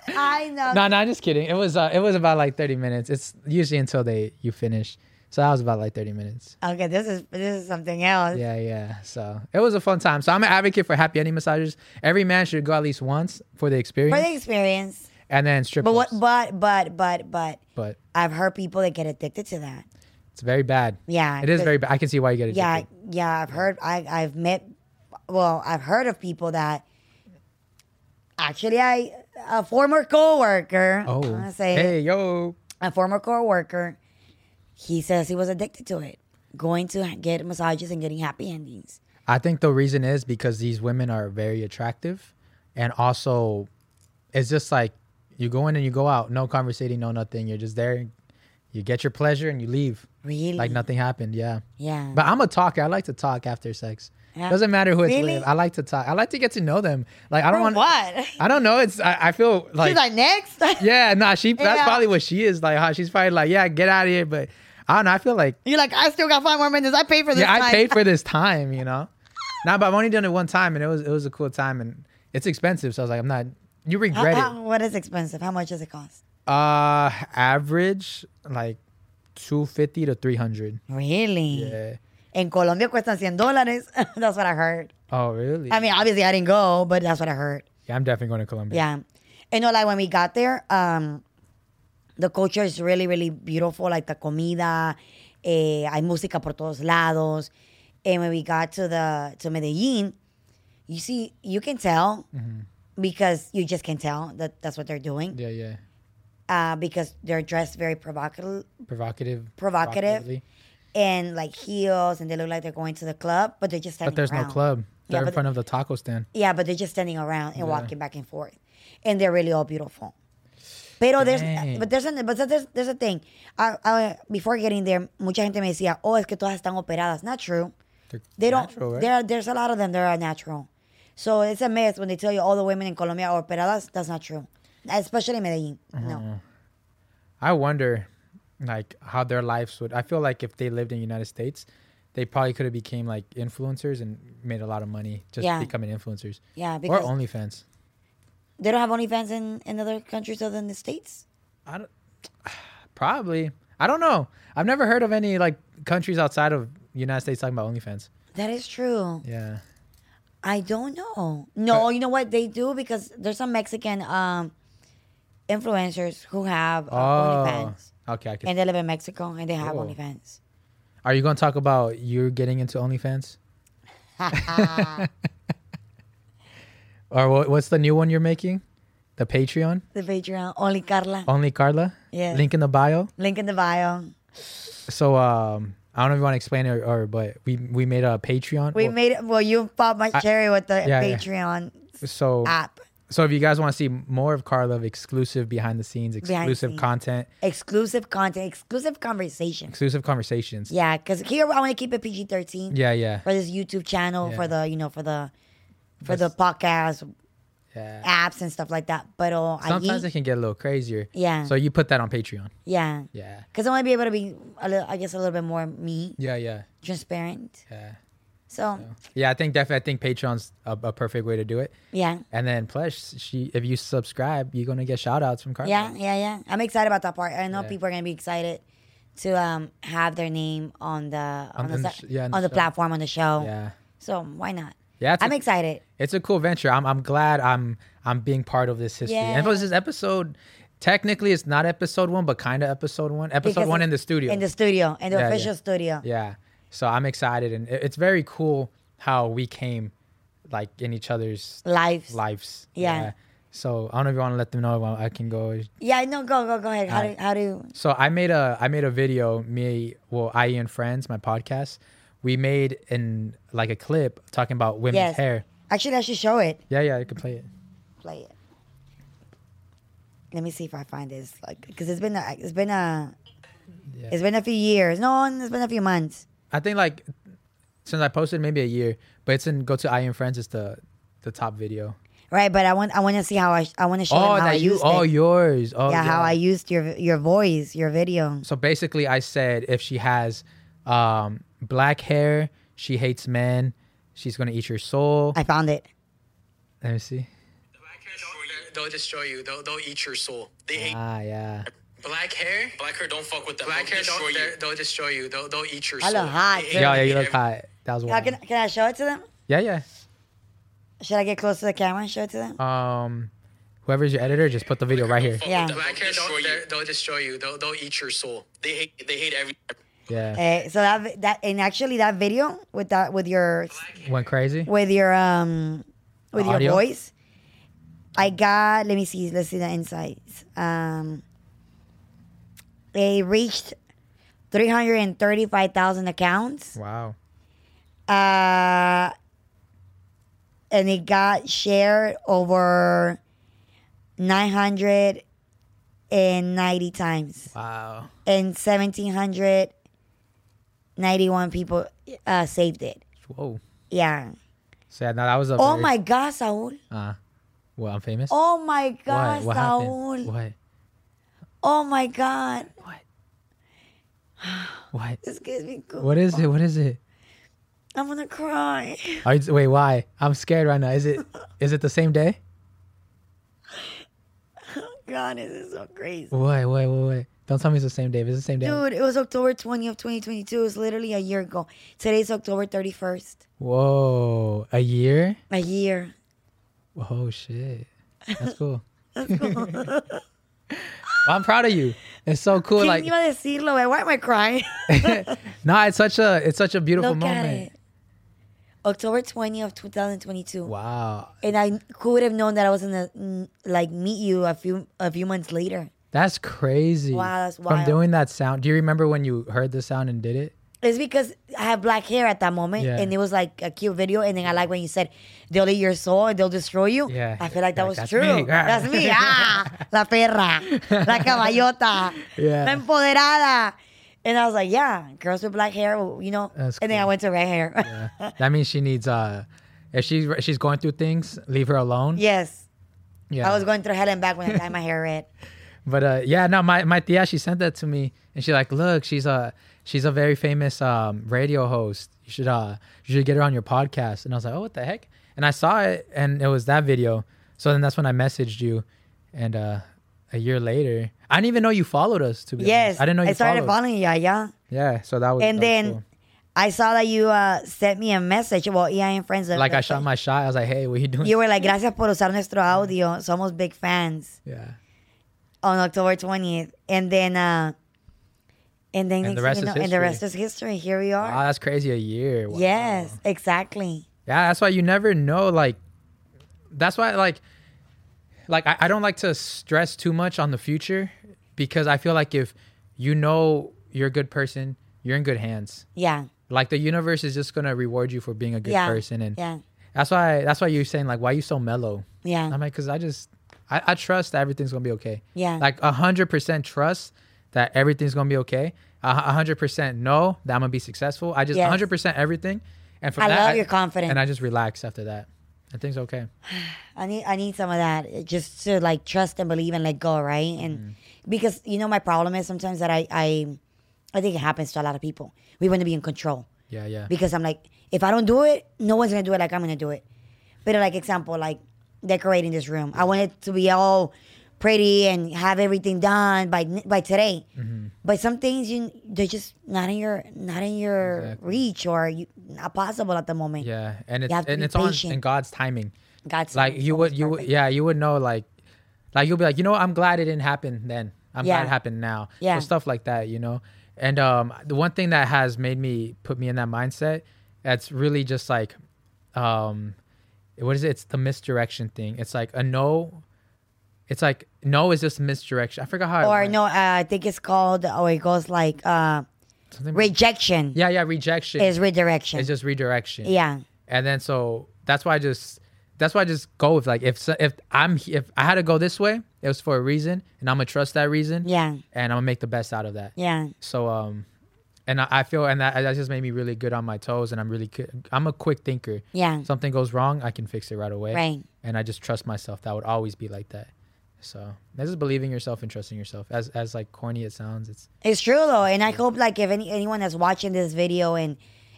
A: I know.
B: No, no, I'm just kidding. It was uh, it was about like 30 minutes. It's usually until they you finish. So that was about like 30 minutes.
A: Okay, this is this is something else.
B: Yeah, yeah. So it was a fun time. So I'm an advocate for happy ending massages. Every man should go at least once for the experience,
A: For the experience.
B: and then strip.
A: But what?
B: clubs.
A: But but but but
B: But
A: I've heard people that get addicted to that.
B: it's very bad.
A: Yeah,
B: it is
A: but-
B: very bad. I can see why you get addicted.
A: Yeah, yeah. I've heard. I I've met. Well, I've heard of people that. Actually, I a former coworker.
B: Oh,
A: I say
B: hey, yo.
A: a former coworker. He says he was addicted to it, going to get massages and getting happy endings.
B: I think the reason is because these women are very attractive, and also, it's just like you go in and you go out, no conversating, no nothing. You're just there, you get your pleasure and you leave.
A: Really?
B: Like nothing happened, yeah.
A: Yeah.
B: But I'm a talker. I like to talk after sex.
A: Yeah.
B: Doesn't matter who it's
A: Really?
B: with. I like to talk. I like to get to know them. Like I
A: For
B: don't want.
A: what?
B: I don't know. It's I, I feel like,
A: She's like next.
B: yeah. Nah, she. That's
A: Yeah.
B: probably what she is like. Huh? She's probably like, yeah, get out of here. But I don't know. I feel like
A: You're like I still got five more minutes. I paid for this.
B: yeah, I
A: time.
B: paid for this time. You know. nah, but I've only done it one time, and it was it was a cool time, and it's expensive. So I was like, I'm not. You
A: How-
B: regret it.
A: Uh-uh. how- what is expensive? How much does it cost?
B: Uh, average like two fifty to three hundred.
A: Really?
B: Yeah.
A: En Colombia cuestan 100 dólares. that's what I heard.
B: Oh really?
A: I mean, obviously I didn't go, but that's what I heard.
B: yeah, I'm definitely going to Colombia.
A: Yeah. And no, like when we got there, um, the culture is really, really beautiful. Like the comida, eh, hay música por todos lados. And when we got to the to Medellin, you see, you can tell because you just can tell that that's what they're doing.
B: Mm-hmm. Yeah, yeah.
A: Uh, because they're dressed very provocative,
B: Provocative.
A: Provocative.
B: provocatively.
A: and like heels, and they look like they're going to the club, but they're just standing.
B: But there's
A: around.
B: no club.
A: Yeah,
B: They're
A: but-
B: in front of the taco stand.
A: Yeah, but they're just standing around and walking back and forth, and they're really all beautiful. Pero there's,
B: Dang.
A: but there's, an- but there's, there's a thing. I, I, before getting there, mucha gente me decía, oh, es que todas están operadas. Not true.
B: They're
A: They don't.
B: natural, right?
A: There, there's a lot of them that are natural. So it's a myth when they tell you all the women in Colombia are operadas. That's not true, especially in Medellin.
B: Uh-huh.
A: No.
B: I wonder, like, how their lives would. I feel like if they lived in the United States, they probably could have became like influencers and made a lot of money just
A: Yeah.
B: becoming influencers.
A: Yeah,
B: Or
A: because
B: OnlyFans.
A: they don't have OnlyFans in, in other countries other than the states.
B: I don't. Probably. I don't know. I've never heard of any like countries outside of United States talking about OnlyFans.
A: That is true.
B: Yeah.
A: I don't know. No,
B: But-
A: you know what they do because there's some Mexican um, influencers who have uh,
B: Oh.
A: OnlyFans
B: Okay. I can.
A: and they live in Mexico and they have
B: Cool.
A: OnlyFans.
B: Are you going to talk about you getting into OnlyFans? or what, what's the new one you're making? The Patreon?
A: The Patreon only Carla.
B: Only Carla?
A: Yeah.
B: Oh, Link in the bio.
A: Link in the bio.
B: So um, I don't know if you want to explain it or, or but we we made a Patreon.
A: We
B: Well,
A: made it. Well, you popped my cherry with the
B: yeah, yeah.
A: Patreon
B: so
A: app.
B: so if you guys want to see more of Carla, of exclusive behind the scenes,
A: the
B: exclusive
A: scenes.
B: content,
A: Exclusive content, exclusive conversations.
B: exclusive conversations.
A: Yeah, because here I want to keep it PG 13
B: Yeah, yeah,
A: for this YouTube channel, for the, you know, for the. For the
B: That's-
A: podcast
B: yeah.
A: apps and stuff like that, but uh,
B: Sometimes
A: I
B: it can get a little crazier.
A: Yeah.
B: So you put that on Patreon.
A: yeah,
B: Yeah.
A: Because I want to be able to be, a little, I guess, a little bit more me,
B: Yeah, yeah,
A: transparent.
B: yeah.
A: So,
B: Yeah, I think definitely. I think Patreon's a, a perfect way to do it.
A: yeah.
B: And then plus, she if you subscribe, you're gonna get shout outs from Carla.
A: Yeah, yeah, yeah. I'm excited about that part. I know
B: Yeah.
A: people are going to be excited to um, have their name on the on, the,
B: the
A: si-
B: sh- yeah,
A: on
B: on
A: the,
B: the show.
A: platform on the show.
B: Yeah.
A: So why not?
B: Yeah, it's
A: I'm
B: a-
A: excited.
B: It's a cool venture. I'm I'm glad I'm I'm being part of this history. And
A: Yeah.
B: plus this episode technically it's not episode 1 but kind of episode 1. Episode
A: Because
B: 1
A: it-
B: in the studio.
A: In the studio, in the
B: Yeah, yeah.
A: official studio.
B: yeah. So I'm excited and it- it's very cool how we came like in each other's
A: Live.
B: lives.
A: Yeah.
B: So I don't know if you want to let them know well, I can go.
A: Yeah, no, go, go, go ahead. How
B: Alright.
A: do, how do,
B: So I made a I made a video me well I and friends my podcast. We made in like a clip talking about women's
A: yes.
B: hair.
A: Actually, I should show it.
B: Yeah, yeah, you can play it.
A: Play it. Let me see if I find this, like, because it's been a, it's been a,
B: Yeah.
A: it's been a few years. No, it's been a few months.
B: I think like since I posted maybe a year, but it's in go to I am friends. It's the the top video.
A: Right, but I want I want to see how I I want to show
B: Oh,
A: them how I
B: that you,
A: used
B: oh
A: it.
B: yours. Oh,
A: yeah, how I used your your voice, your video.
B: So basically, I said if she has um black hair, she hates men. She's gonna eat your soul.
A: I found it.
B: Let me see.
C: Black hair don't, they'll destroy you. They'll, they'll eat your soul. They hate
B: Ah, yeah.
C: black hair. Black hair don't fuck with them. Black hair don't. they're- They'll destroy you. They'll, they'll eat your
A: I
C: soul.
A: look hot,
C: They
A: too.
B: Yeah,
C: hate-
B: yeah.
C: they
B: You look
C: hate
B: hot. That was
A: How
B: one.
A: can can I show it to them?
B: Yeah, yeah.
A: Should I get close to the camera and show it to them?
B: Um, whoever's your editor, just put the video right here.
C: every-
A: Yeah.
C: Black hair don't. they're- They'll destroy you. They'll, they'll eat your soul. They hate. They hate every.
B: Yeah.
A: Eh, so that vi- that and actually that video with that with your
B: Went crazy.
A: with your um with your
B: Audio?
A: voice. I got. Let me see. Let's see the insights. Um, they reached three hundred and thirty-five thousand accounts.
B: Wow.
A: uh, and it got shared over 990 times
B: Wow.
A: and 1791 people uh, saved it
B: Whoa.
A: yeah
B: So yeah, no, that was a.
A: oh
B: very-
A: my god saul
B: Uh, well, I'm famous.
A: oh my god
B: What? What
A: saul
B: happened? What?
A: oh my god
B: What? What?
A: this gives me goosebumps.
B: What is it? What is it?
A: i'm gonna cry
B: Are you, wait, why? I'm scared right now. Is it? Is it the same day?
A: Oh God, this is so crazy.
B: Wait, wait, wait, wait. Don't tell me it's the same day. If It's the same day.
A: Dude, it was October 20 of 2022. It's literally a year ago. Today's October 31st.
B: Whoa, a year?
A: A year.
B: Oh shit, that's cool.
A: That's cool.
B: Well, I'm proud of you. It's so cool.
A: ¿Quién
B: like,
A: iba a decirlo? eh? Why am I crying?
B: nah, it's such a it's such a beautiful
A: Look at
B: moment.
A: it. October 20 of 2022.
B: Wow,
A: And I could have known that I was gonna mm, like meet you a few a few months later.
B: that's crazy.
A: Wow, that's
B: From
A: wild.
B: doing that sound, do you remember when you heard the sound and did it?
A: It's because I had black hair at that moment,
B: Yeah.
A: and it was like a cute video. And then I like when you said, "They'll eat your soul and they'll destroy you."
B: Yeah.
A: I feel like that was
B: Like, that's
A: true.
B: me. Ah.
A: That's me. Ah, la perra, la caballota,
B: Yeah.
A: la empoderada. And I was like, "Yeah, girls with black hair, you know."
B: That's
A: and then I
B: cool.
A: went to red hair.
B: Yeah. that means she needs uh, if she's she's going through things, leave her alone.
A: yes,
B: yeah.
A: I was going through hell and back when I dyed my hair red.
B: But uh, yeah, no, my my tia she sent that to me, and she like, look, she's a she's a very famous um, radio host. You should uh you should get her on your podcast. And I was like, oh, what the heck? And I saw it, and it was that video. So then that's when I messaged you, and uh, a year later, I didn't even know you followed us. To be
A: Yes,
B: honest. I didn't know you
A: I started
B: followed.
A: following you. Yeah.
B: yeah, so that was
A: and
B: that was
A: then
B: cool.
A: I saw that you uh, sent me a message. Well, yeah, and friends.
B: like I shot my shot. I was like, hey, what are you doing?
A: You were like, gracias por usar nuestro audio. Somos big fans
B: yeah,
A: on October 20th. And then, uh, and then,
B: And the
A: next
B: rest
A: thing you
B: is
A: know- and the
B: history.
A: rest is history. Here we are.
B: wow, that's crazy. A year. Wow.
A: Yes, exactly.
B: Yeah, that's why you never know. Like, that's why like, like I, I don't like to stress too much on the future because I feel like if you know you're a good person, you're in good hands.
A: Yeah.
B: Like the universe is just gonna reward you for being a good
A: yeah.
B: person, and
A: yeah.
B: that's why that's why you're saying like, why you so mellow?
A: Yeah.
B: I'm like, cause I just I, I trust that everything's gonna be okay.
A: Yeah.
B: Like a hundred percent trust that everything's gonna be okay. A hu- a hundred percent know that I'm gonna be successful. I just a
A: Yes.
B: hundred percent everything. And from
A: I
B: that,
A: love your confidence.
B: And I just relax after that. And things okay.
A: I need I need some of that uh, just to like trust and believe and let go, right? And
B: Mm-hmm.
A: because you know my problem is sometimes that I I I think it happens to a lot of people. We want to be in control.
B: Yeah, yeah.
A: because I'm like, if I don't do it, no one's gonna do it like I'm gonna do it. But like example, like decorating this room, I want it to be all pretty and have everything done by by today.
B: Mm-hmm.
A: But some things you they're just not in your not in your
B: Exactly.
A: reach or you, not possible at the moment.
B: yeah. And it's
A: have to
B: and
A: be
B: it's on
A: patient.
B: in God's timing.
A: God's
B: Like you would you would
A: would
B: yeah, you would know like like you'll be like, you know what, I'm glad it didn't happen then. I'm
A: Yeah.
B: glad it happened now.
A: Yeah.
B: So stuff like that, you know? And um the one thing that has made me put me in that mindset, that's really just like um what is it? It's the misdirection thing. It's like a no it's like no is just misdirection. I forgot how it
A: or
B: went.
A: no, uh, I think it's called or it goes like uh,
B: Something-
A: rejection
B: Yeah, yeah, rejection.
A: is redirection.
B: it's just redirection.
A: yeah,
B: and then so that's why I just that's why I just go with like if so- if I'm if I had to go this way, it was for a reason, and I'm gonna trust that reason.
A: Yeah.
B: and I'm gonna make the best out of that.
A: yeah,
B: So um, and I, I feel and that that just made me really good on my toes, and I'm really cu- I'm a quick thinker.
A: Yeah.
B: something goes wrong, I can fix it right away.
A: Right.
B: and I just trust myself. That would always be like that. So that's just believing yourself and trusting yourself. As as like corny it sounds, it's
A: It's true though, and I hope like if any anyone that's watching this video and,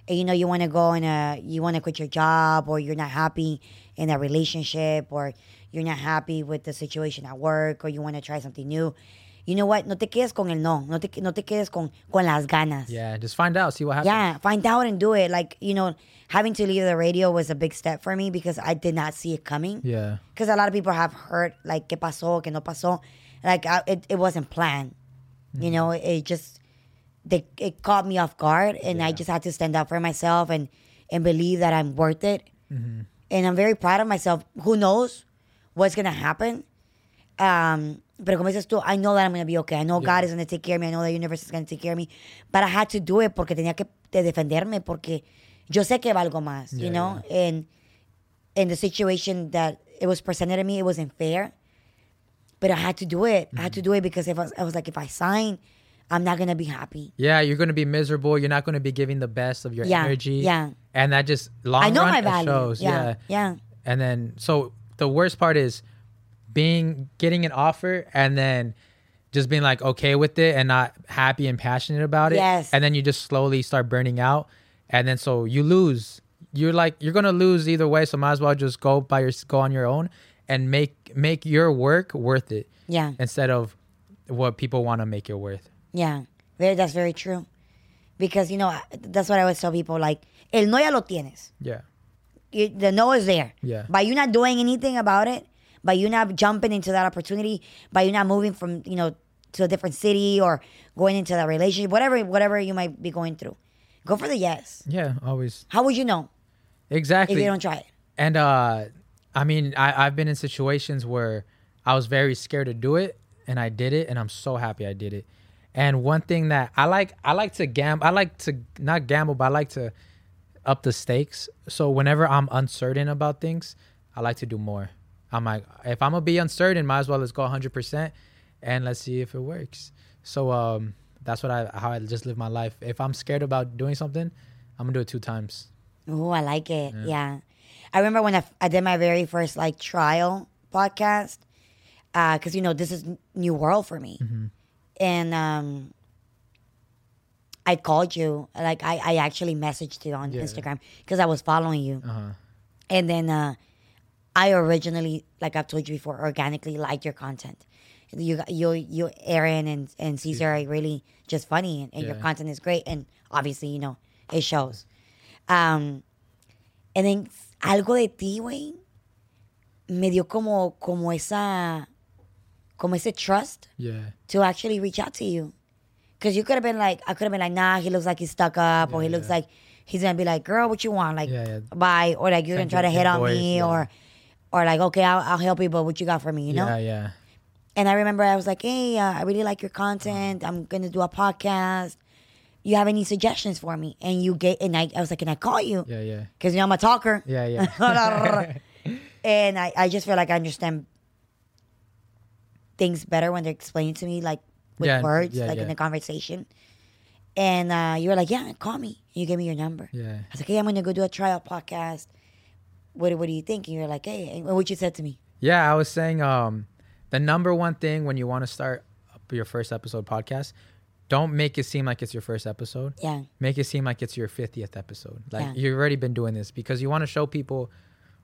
A: and you know you want to go and uh you want to quit your job or you're not happy in a relationship or you're not happy with the situation at work or you want to try something new, you know what? No te quedes con el no, no te no te quedes con con las ganas.
B: yeah, just find out, see what happens.
A: Yeah, find out and do it. Like you know, having to leave the radio was a big step for me because I did not see it coming
B: yeah,
A: because a lot of people have heard like que pasó, que no pasó, like I, it, it wasn't planned. You know, it, it just they it caught me off guard, and I just had to stand up for myself and and believe that I'm worth it.
B: Mm-hmm.
A: And I'm very proud of myself. Who knows what's gonna happen? Um, pero como dices tú, I know that I'm gonna be okay. I know God is gonna take care of me. I know the universe is gonna take care of me. But I had to do it porque tenía que de- defenderme porque yo sé que valgo más, you
B: Yeah,
A: know? And in the situation that it was presented to me, it wasn't fair. But I had to do it.
B: Mm-hmm.
A: I had to do it because if I, I was like, if I sign, I'm not gonna be happy.
B: Yeah, you're gonna be miserable. You're not gonna be giving the best of your
A: Yeah,
B: energy.
A: yeah.
B: And that just long
A: I know
B: run
A: my
B: it
A: value.
B: shows.
A: yeah,
B: Yeah.
A: yeah,
B: And then so the worst part is being getting an offer and then just being like okay with it and not happy and passionate about it.
A: Yes.
B: And then you just slowly start burning out. And then so you lose. You're like you're gonna lose either way, so might as well just go by your go on your own. and make make your work worth it
A: Yeah.
B: instead of what people want to make it worth.
A: Yeah, Very- that's very true. Because, you know, I- that's what I always tell people like, el no ya lo tienes.
B: Yeah.
A: You, the no is there.
B: Yeah.
A: By you not doing anything about it, by you not jumping into that opportunity, by you not moving from, you know, to a different city or going into that relationship, whatever, whatever you might be going through, go for the yes.
B: Yeah, always.
A: How would you know if
B: Exactly.
A: you don't try it?
B: And uh I mean, I, I've been in situations where I was very scared to do it and I did it and I'm so happy I did it. And one thing that I like I like to gamble I like to not gamble, but I like to up the stakes. So whenever I'm uncertain about things, I like to do more. I'm like if I'm gonna be uncertain, might as well let's go hundred percent and let's see if it works. So um that's what I how I just live my life. If I'm scared about doing something, I'm gonna do it two times.
A: Oh, I like it. Yeah. I remember when I, f- I did my very first like trial podcast, because you know this is n- new world for me, and um, I called you. Like I, I actually messaged you on Instagram because I was following you,
B: Uh-huh.
A: and then uh, I originally, like I've told you before, organically liked your content. You, got- you, you, Aaron and and Caesar are really just funny, and, and your
B: Yeah.
A: content is great, and obviously you know it shows. Um, and then algo de ti, güey, me dio como, como esa, como ese trust
B: Yeah.
A: to actually reach out to you. Cause you could have been like, I could have been like, nah, he looks like he's stuck up, or he looks like he's gonna be like, girl, what you want, like,
B: Yeah, yeah.
A: bye, or like you're
B: Send
A: gonna try to
B: your-
A: hit
B: your
A: on
B: boys,
A: me,
B: yeah.
A: or, or like, okay, I'll, I'll help you, but what you got for me, you know?
B: Yeah, yeah.
A: And I remember I was like, hey, uh, I really like your content. I'm gonna do a podcast. You have any suggestions for me? And you get, and I, I was like, can I call you?
B: Yeah, yeah.
A: Cause you know I'm a talker.
B: Yeah, yeah.
A: and I, I just feel like I understand things better when they're explained to me, like with
B: Yeah,
A: words,
B: yeah,
A: like in
B: yeah.
A: a conversation. And uh, you were like, yeah, call me. You gave me your number.
B: yeah.
A: I was like, hey, I'm going to go do a trial podcast. What, do- what do you think? And you were like, hey, and what you said to me.
B: Yeah, I was saying um the number one thing when you want to start up your first episode podcast, don't make it seem like it's your first episode.
A: Yeah.
B: Make it seem like it's your 50th episode. Like
A: Yeah.
B: you've already been doing this because you want to show people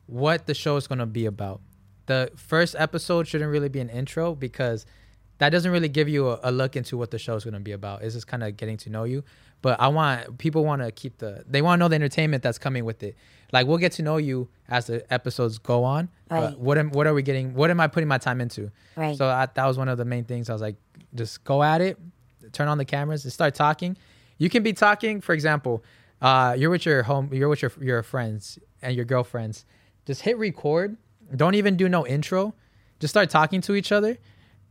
B: what the show is going to be about. The first episode shouldn't really be an intro because that doesn't really give you a, a look into what the show is going to be about. It's just kind of getting to know you. But I want people want to keep the they want to know the entertainment that's coming with it. Like we'll get to know you as the episodes go on.
A: Right.
B: But what am what are we getting? What am I putting my time into?
A: Right.
B: So I, that was one of the main things. I was like, just go at it, turn on the cameras, and start talking. You can be talking. For example, uh, you're with your home, you're with your your friends and your girlfriends. Just hit record. Don't even do no intro. Just start talking to each other,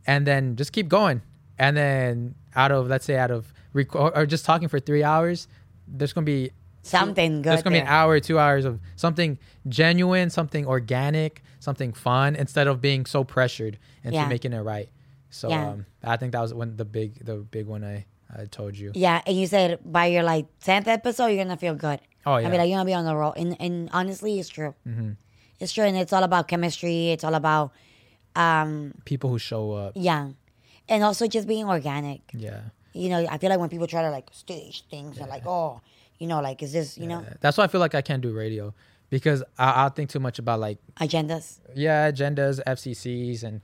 B: and then just keep going. And then out of let's say out of record or just talking for three hours, there's gonna be
A: Something good.
B: there's gonna be an
A: there.
B: hour, two hours of something genuine, something organic, something fun, instead of being so pressured into
A: Yeah.
B: making it right. So
A: Yeah.
B: um, I think that was when the big, the big one I, I told you.
A: Yeah, and you said by your like tenth episode, you're gonna feel good.
B: Oh,
A: I
B: yeah. Mm-hmm.
A: mean, like you're gonna be on the roll, and and honestly, it's true. It's true, and it's all about chemistry. It's all about um,
B: People who show up,
A: yeah, and also just being organic.
B: yeah.
A: You know, I feel like when people try to like stage things, they're like, oh, you know, like is this you know
B: That's why I feel like I can't do radio because I, I'll think too much about like,
A: agendas?
B: yeah, agendas, FCCs, and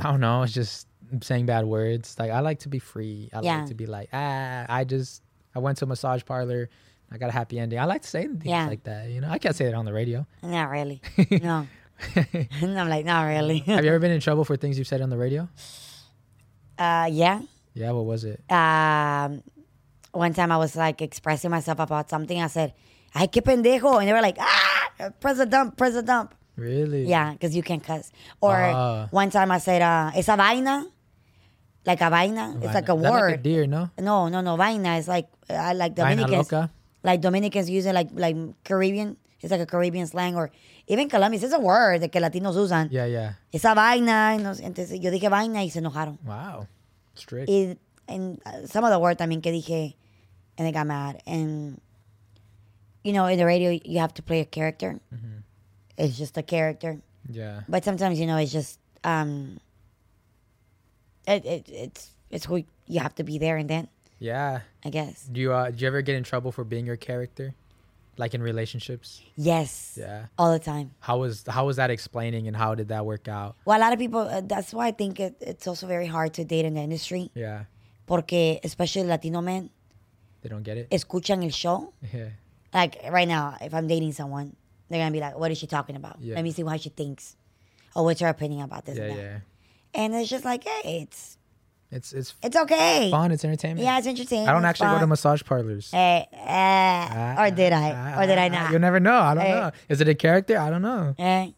B: I don't know. It's just saying bad words. Like I like to be free. I
A: Yeah.
B: like to be like, ah, I just I went to a massage parlor. I got a happy ending. I like to say things
A: Yeah.
B: like that. You know, I can't say that on the radio.
A: Not really. No, and I'm like, not really.
B: Have you ever been in trouble for things you've said on the radio?
A: uh, yeah.
B: Yeah, what was it?
A: um, one time I was like expressing myself about something. I said, "Ay, qué pendejo," and they were like, "Ah, press a dump, press a dump."
B: Really?
A: Yeah, because you can cuss. Or
B: Ah.
A: one time I said, uh, "Esa vaina," like a vaina. It's like a
B: Is that
A: word.
B: Like a deer, no?
A: no, no, no, vaina. It's like I like
B: Vaina
A: Dominicans,
B: loca.
A: like Dominicans use it like like Caribbean. It's like a Caribbean slang, or even Colombians. It's a word that que Latinos usan.
B: Yeah, yeah.
A: Esa vaina. y no sé, Entonces yo dije vaina y se enojaron.
B: Wow. Strict.
A: Y and uh, some of the word también que dije, and they got mad. And you know, in the radio, you have to play a character. It's just a character,
B: yeah.
A: but sometimes you know, it's just um, it, it it's it's who you have to be there and then.
B: Yeah.
A: I guess
B: Do you uh, do you ever get in trouble for being your character? like in relationships?
A: Yes.
B: Yeah.
A: All the time.
B: How was how was that explaining and how did that work out?
A: Well, a lot of people, uh, that's why I think it, it's also very hard to date in the industry.
B: Yeah,
A: Porque, especially Latino men,
B: they don't get it.
A: escuchan el show.
B: Yeah,
A: Like right now, if I'm dating someone, they're going to be like, what is she talking about?
B: Yeah.
A: Let me see how she thinks. Or what's her opinion about this
B: yeah,
A: and that.
B: yeah.
A: And it's just like, hey, it's
B: It's it's
A: it's okay.
B: fun. It's entertainment.
A: Yeah, it's entertaining.
B: I don't
A: it's
B: actually go to
A: fun.
B: massage parlors. Ah,
A: Hey, eh, or did I? Or did I
B: You'll
A: not?
B: ah,
A: Eh.
B: never know. I don't
A: Hey.
B: know. Is it a character? I don't know.
A: Eh.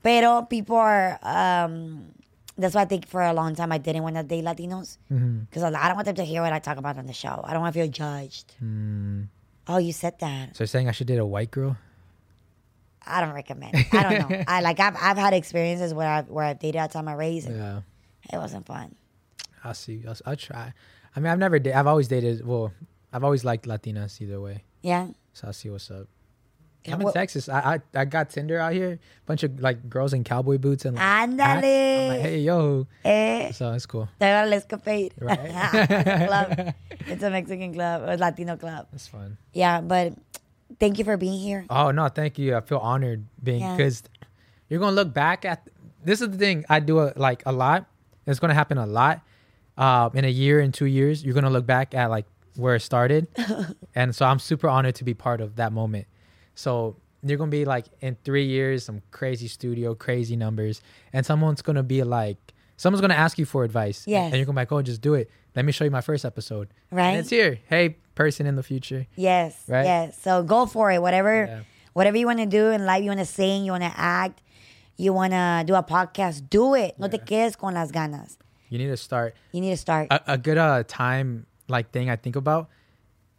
A: Pero people are. Um, that's why I think for a long time I didn't want to date Latinos
B: Mm-hmm.
A: because I don't want them to hear what I talk about on the show. I don't want to feel judged.
B: Mm.
A: Oh, you said that.
B: So you're saying I should date a white girl?
A: I don't recommend. it. I don't know. I like. I've, I've had experiences where I've where I've dated outside my race. and
B: Yeah.
A: It wasn't fun.
B: I'll see. I'll, I'll try. I mean, I've never. Da- I've always dated. Well, I've always liked Latinas either way.
A: Yeah.
B: So I'll see what's up. I'm in
A: What-
B: Texas. I, I I got Tinder out here. Bunch of like girls in cowboy boots and like, hats. I'm like,
A: Ándale.
B: hey yo.
A: Eh.
B: So it's cool.
A: Te va al escapade.
B: Right.
A: it's a club. It's a Mexican club, a Latino club.
B: That's fun.
A: Yeah, but thank you for being here.
B: Oh no, thank you. I feel honored being
A: Yeah.
B: because you're gonna look back at. This is the thing I do uh, like a lot. It's gonna happen a lot. Uh, in a year, in two years, you're gonna look back at like where it started, and so I'm super honored to be part of that moment. So you're gonna be like in three years, some crazy studio, crazy numbers, and someone's gonna be like, someone's gonna ask you for advice.
A: Yes.
B: and you're gonna be like, oh, just do it. Let me show you my first episode.
A: Right.
B: and it's here. Hey, person in the future.
A: Yes.
B: Right?
A: Yes. So go for it. Whatever
B: Yeah.
A: whatever you want to do in life, you want to sing, you want to act, you want to do a podcast, do it. No te quedes con las ganas.
B: You need to start.
A: You need to start.
B: a, a good uh, time like thing I think about.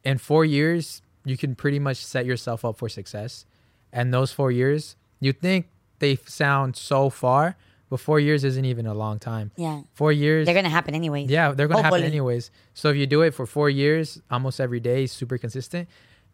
B: In four years, you can pretty much set yourself up for success. And those four years, you think they f- sound so far, but four years isn't even a long time.
A: yeah.
B: Four years.
A: They're going to happen anyways.
B: yeah, they're gonna happen
A: Hopefully.
B: anyways. So if you do it for four years, almost every day, super consistent,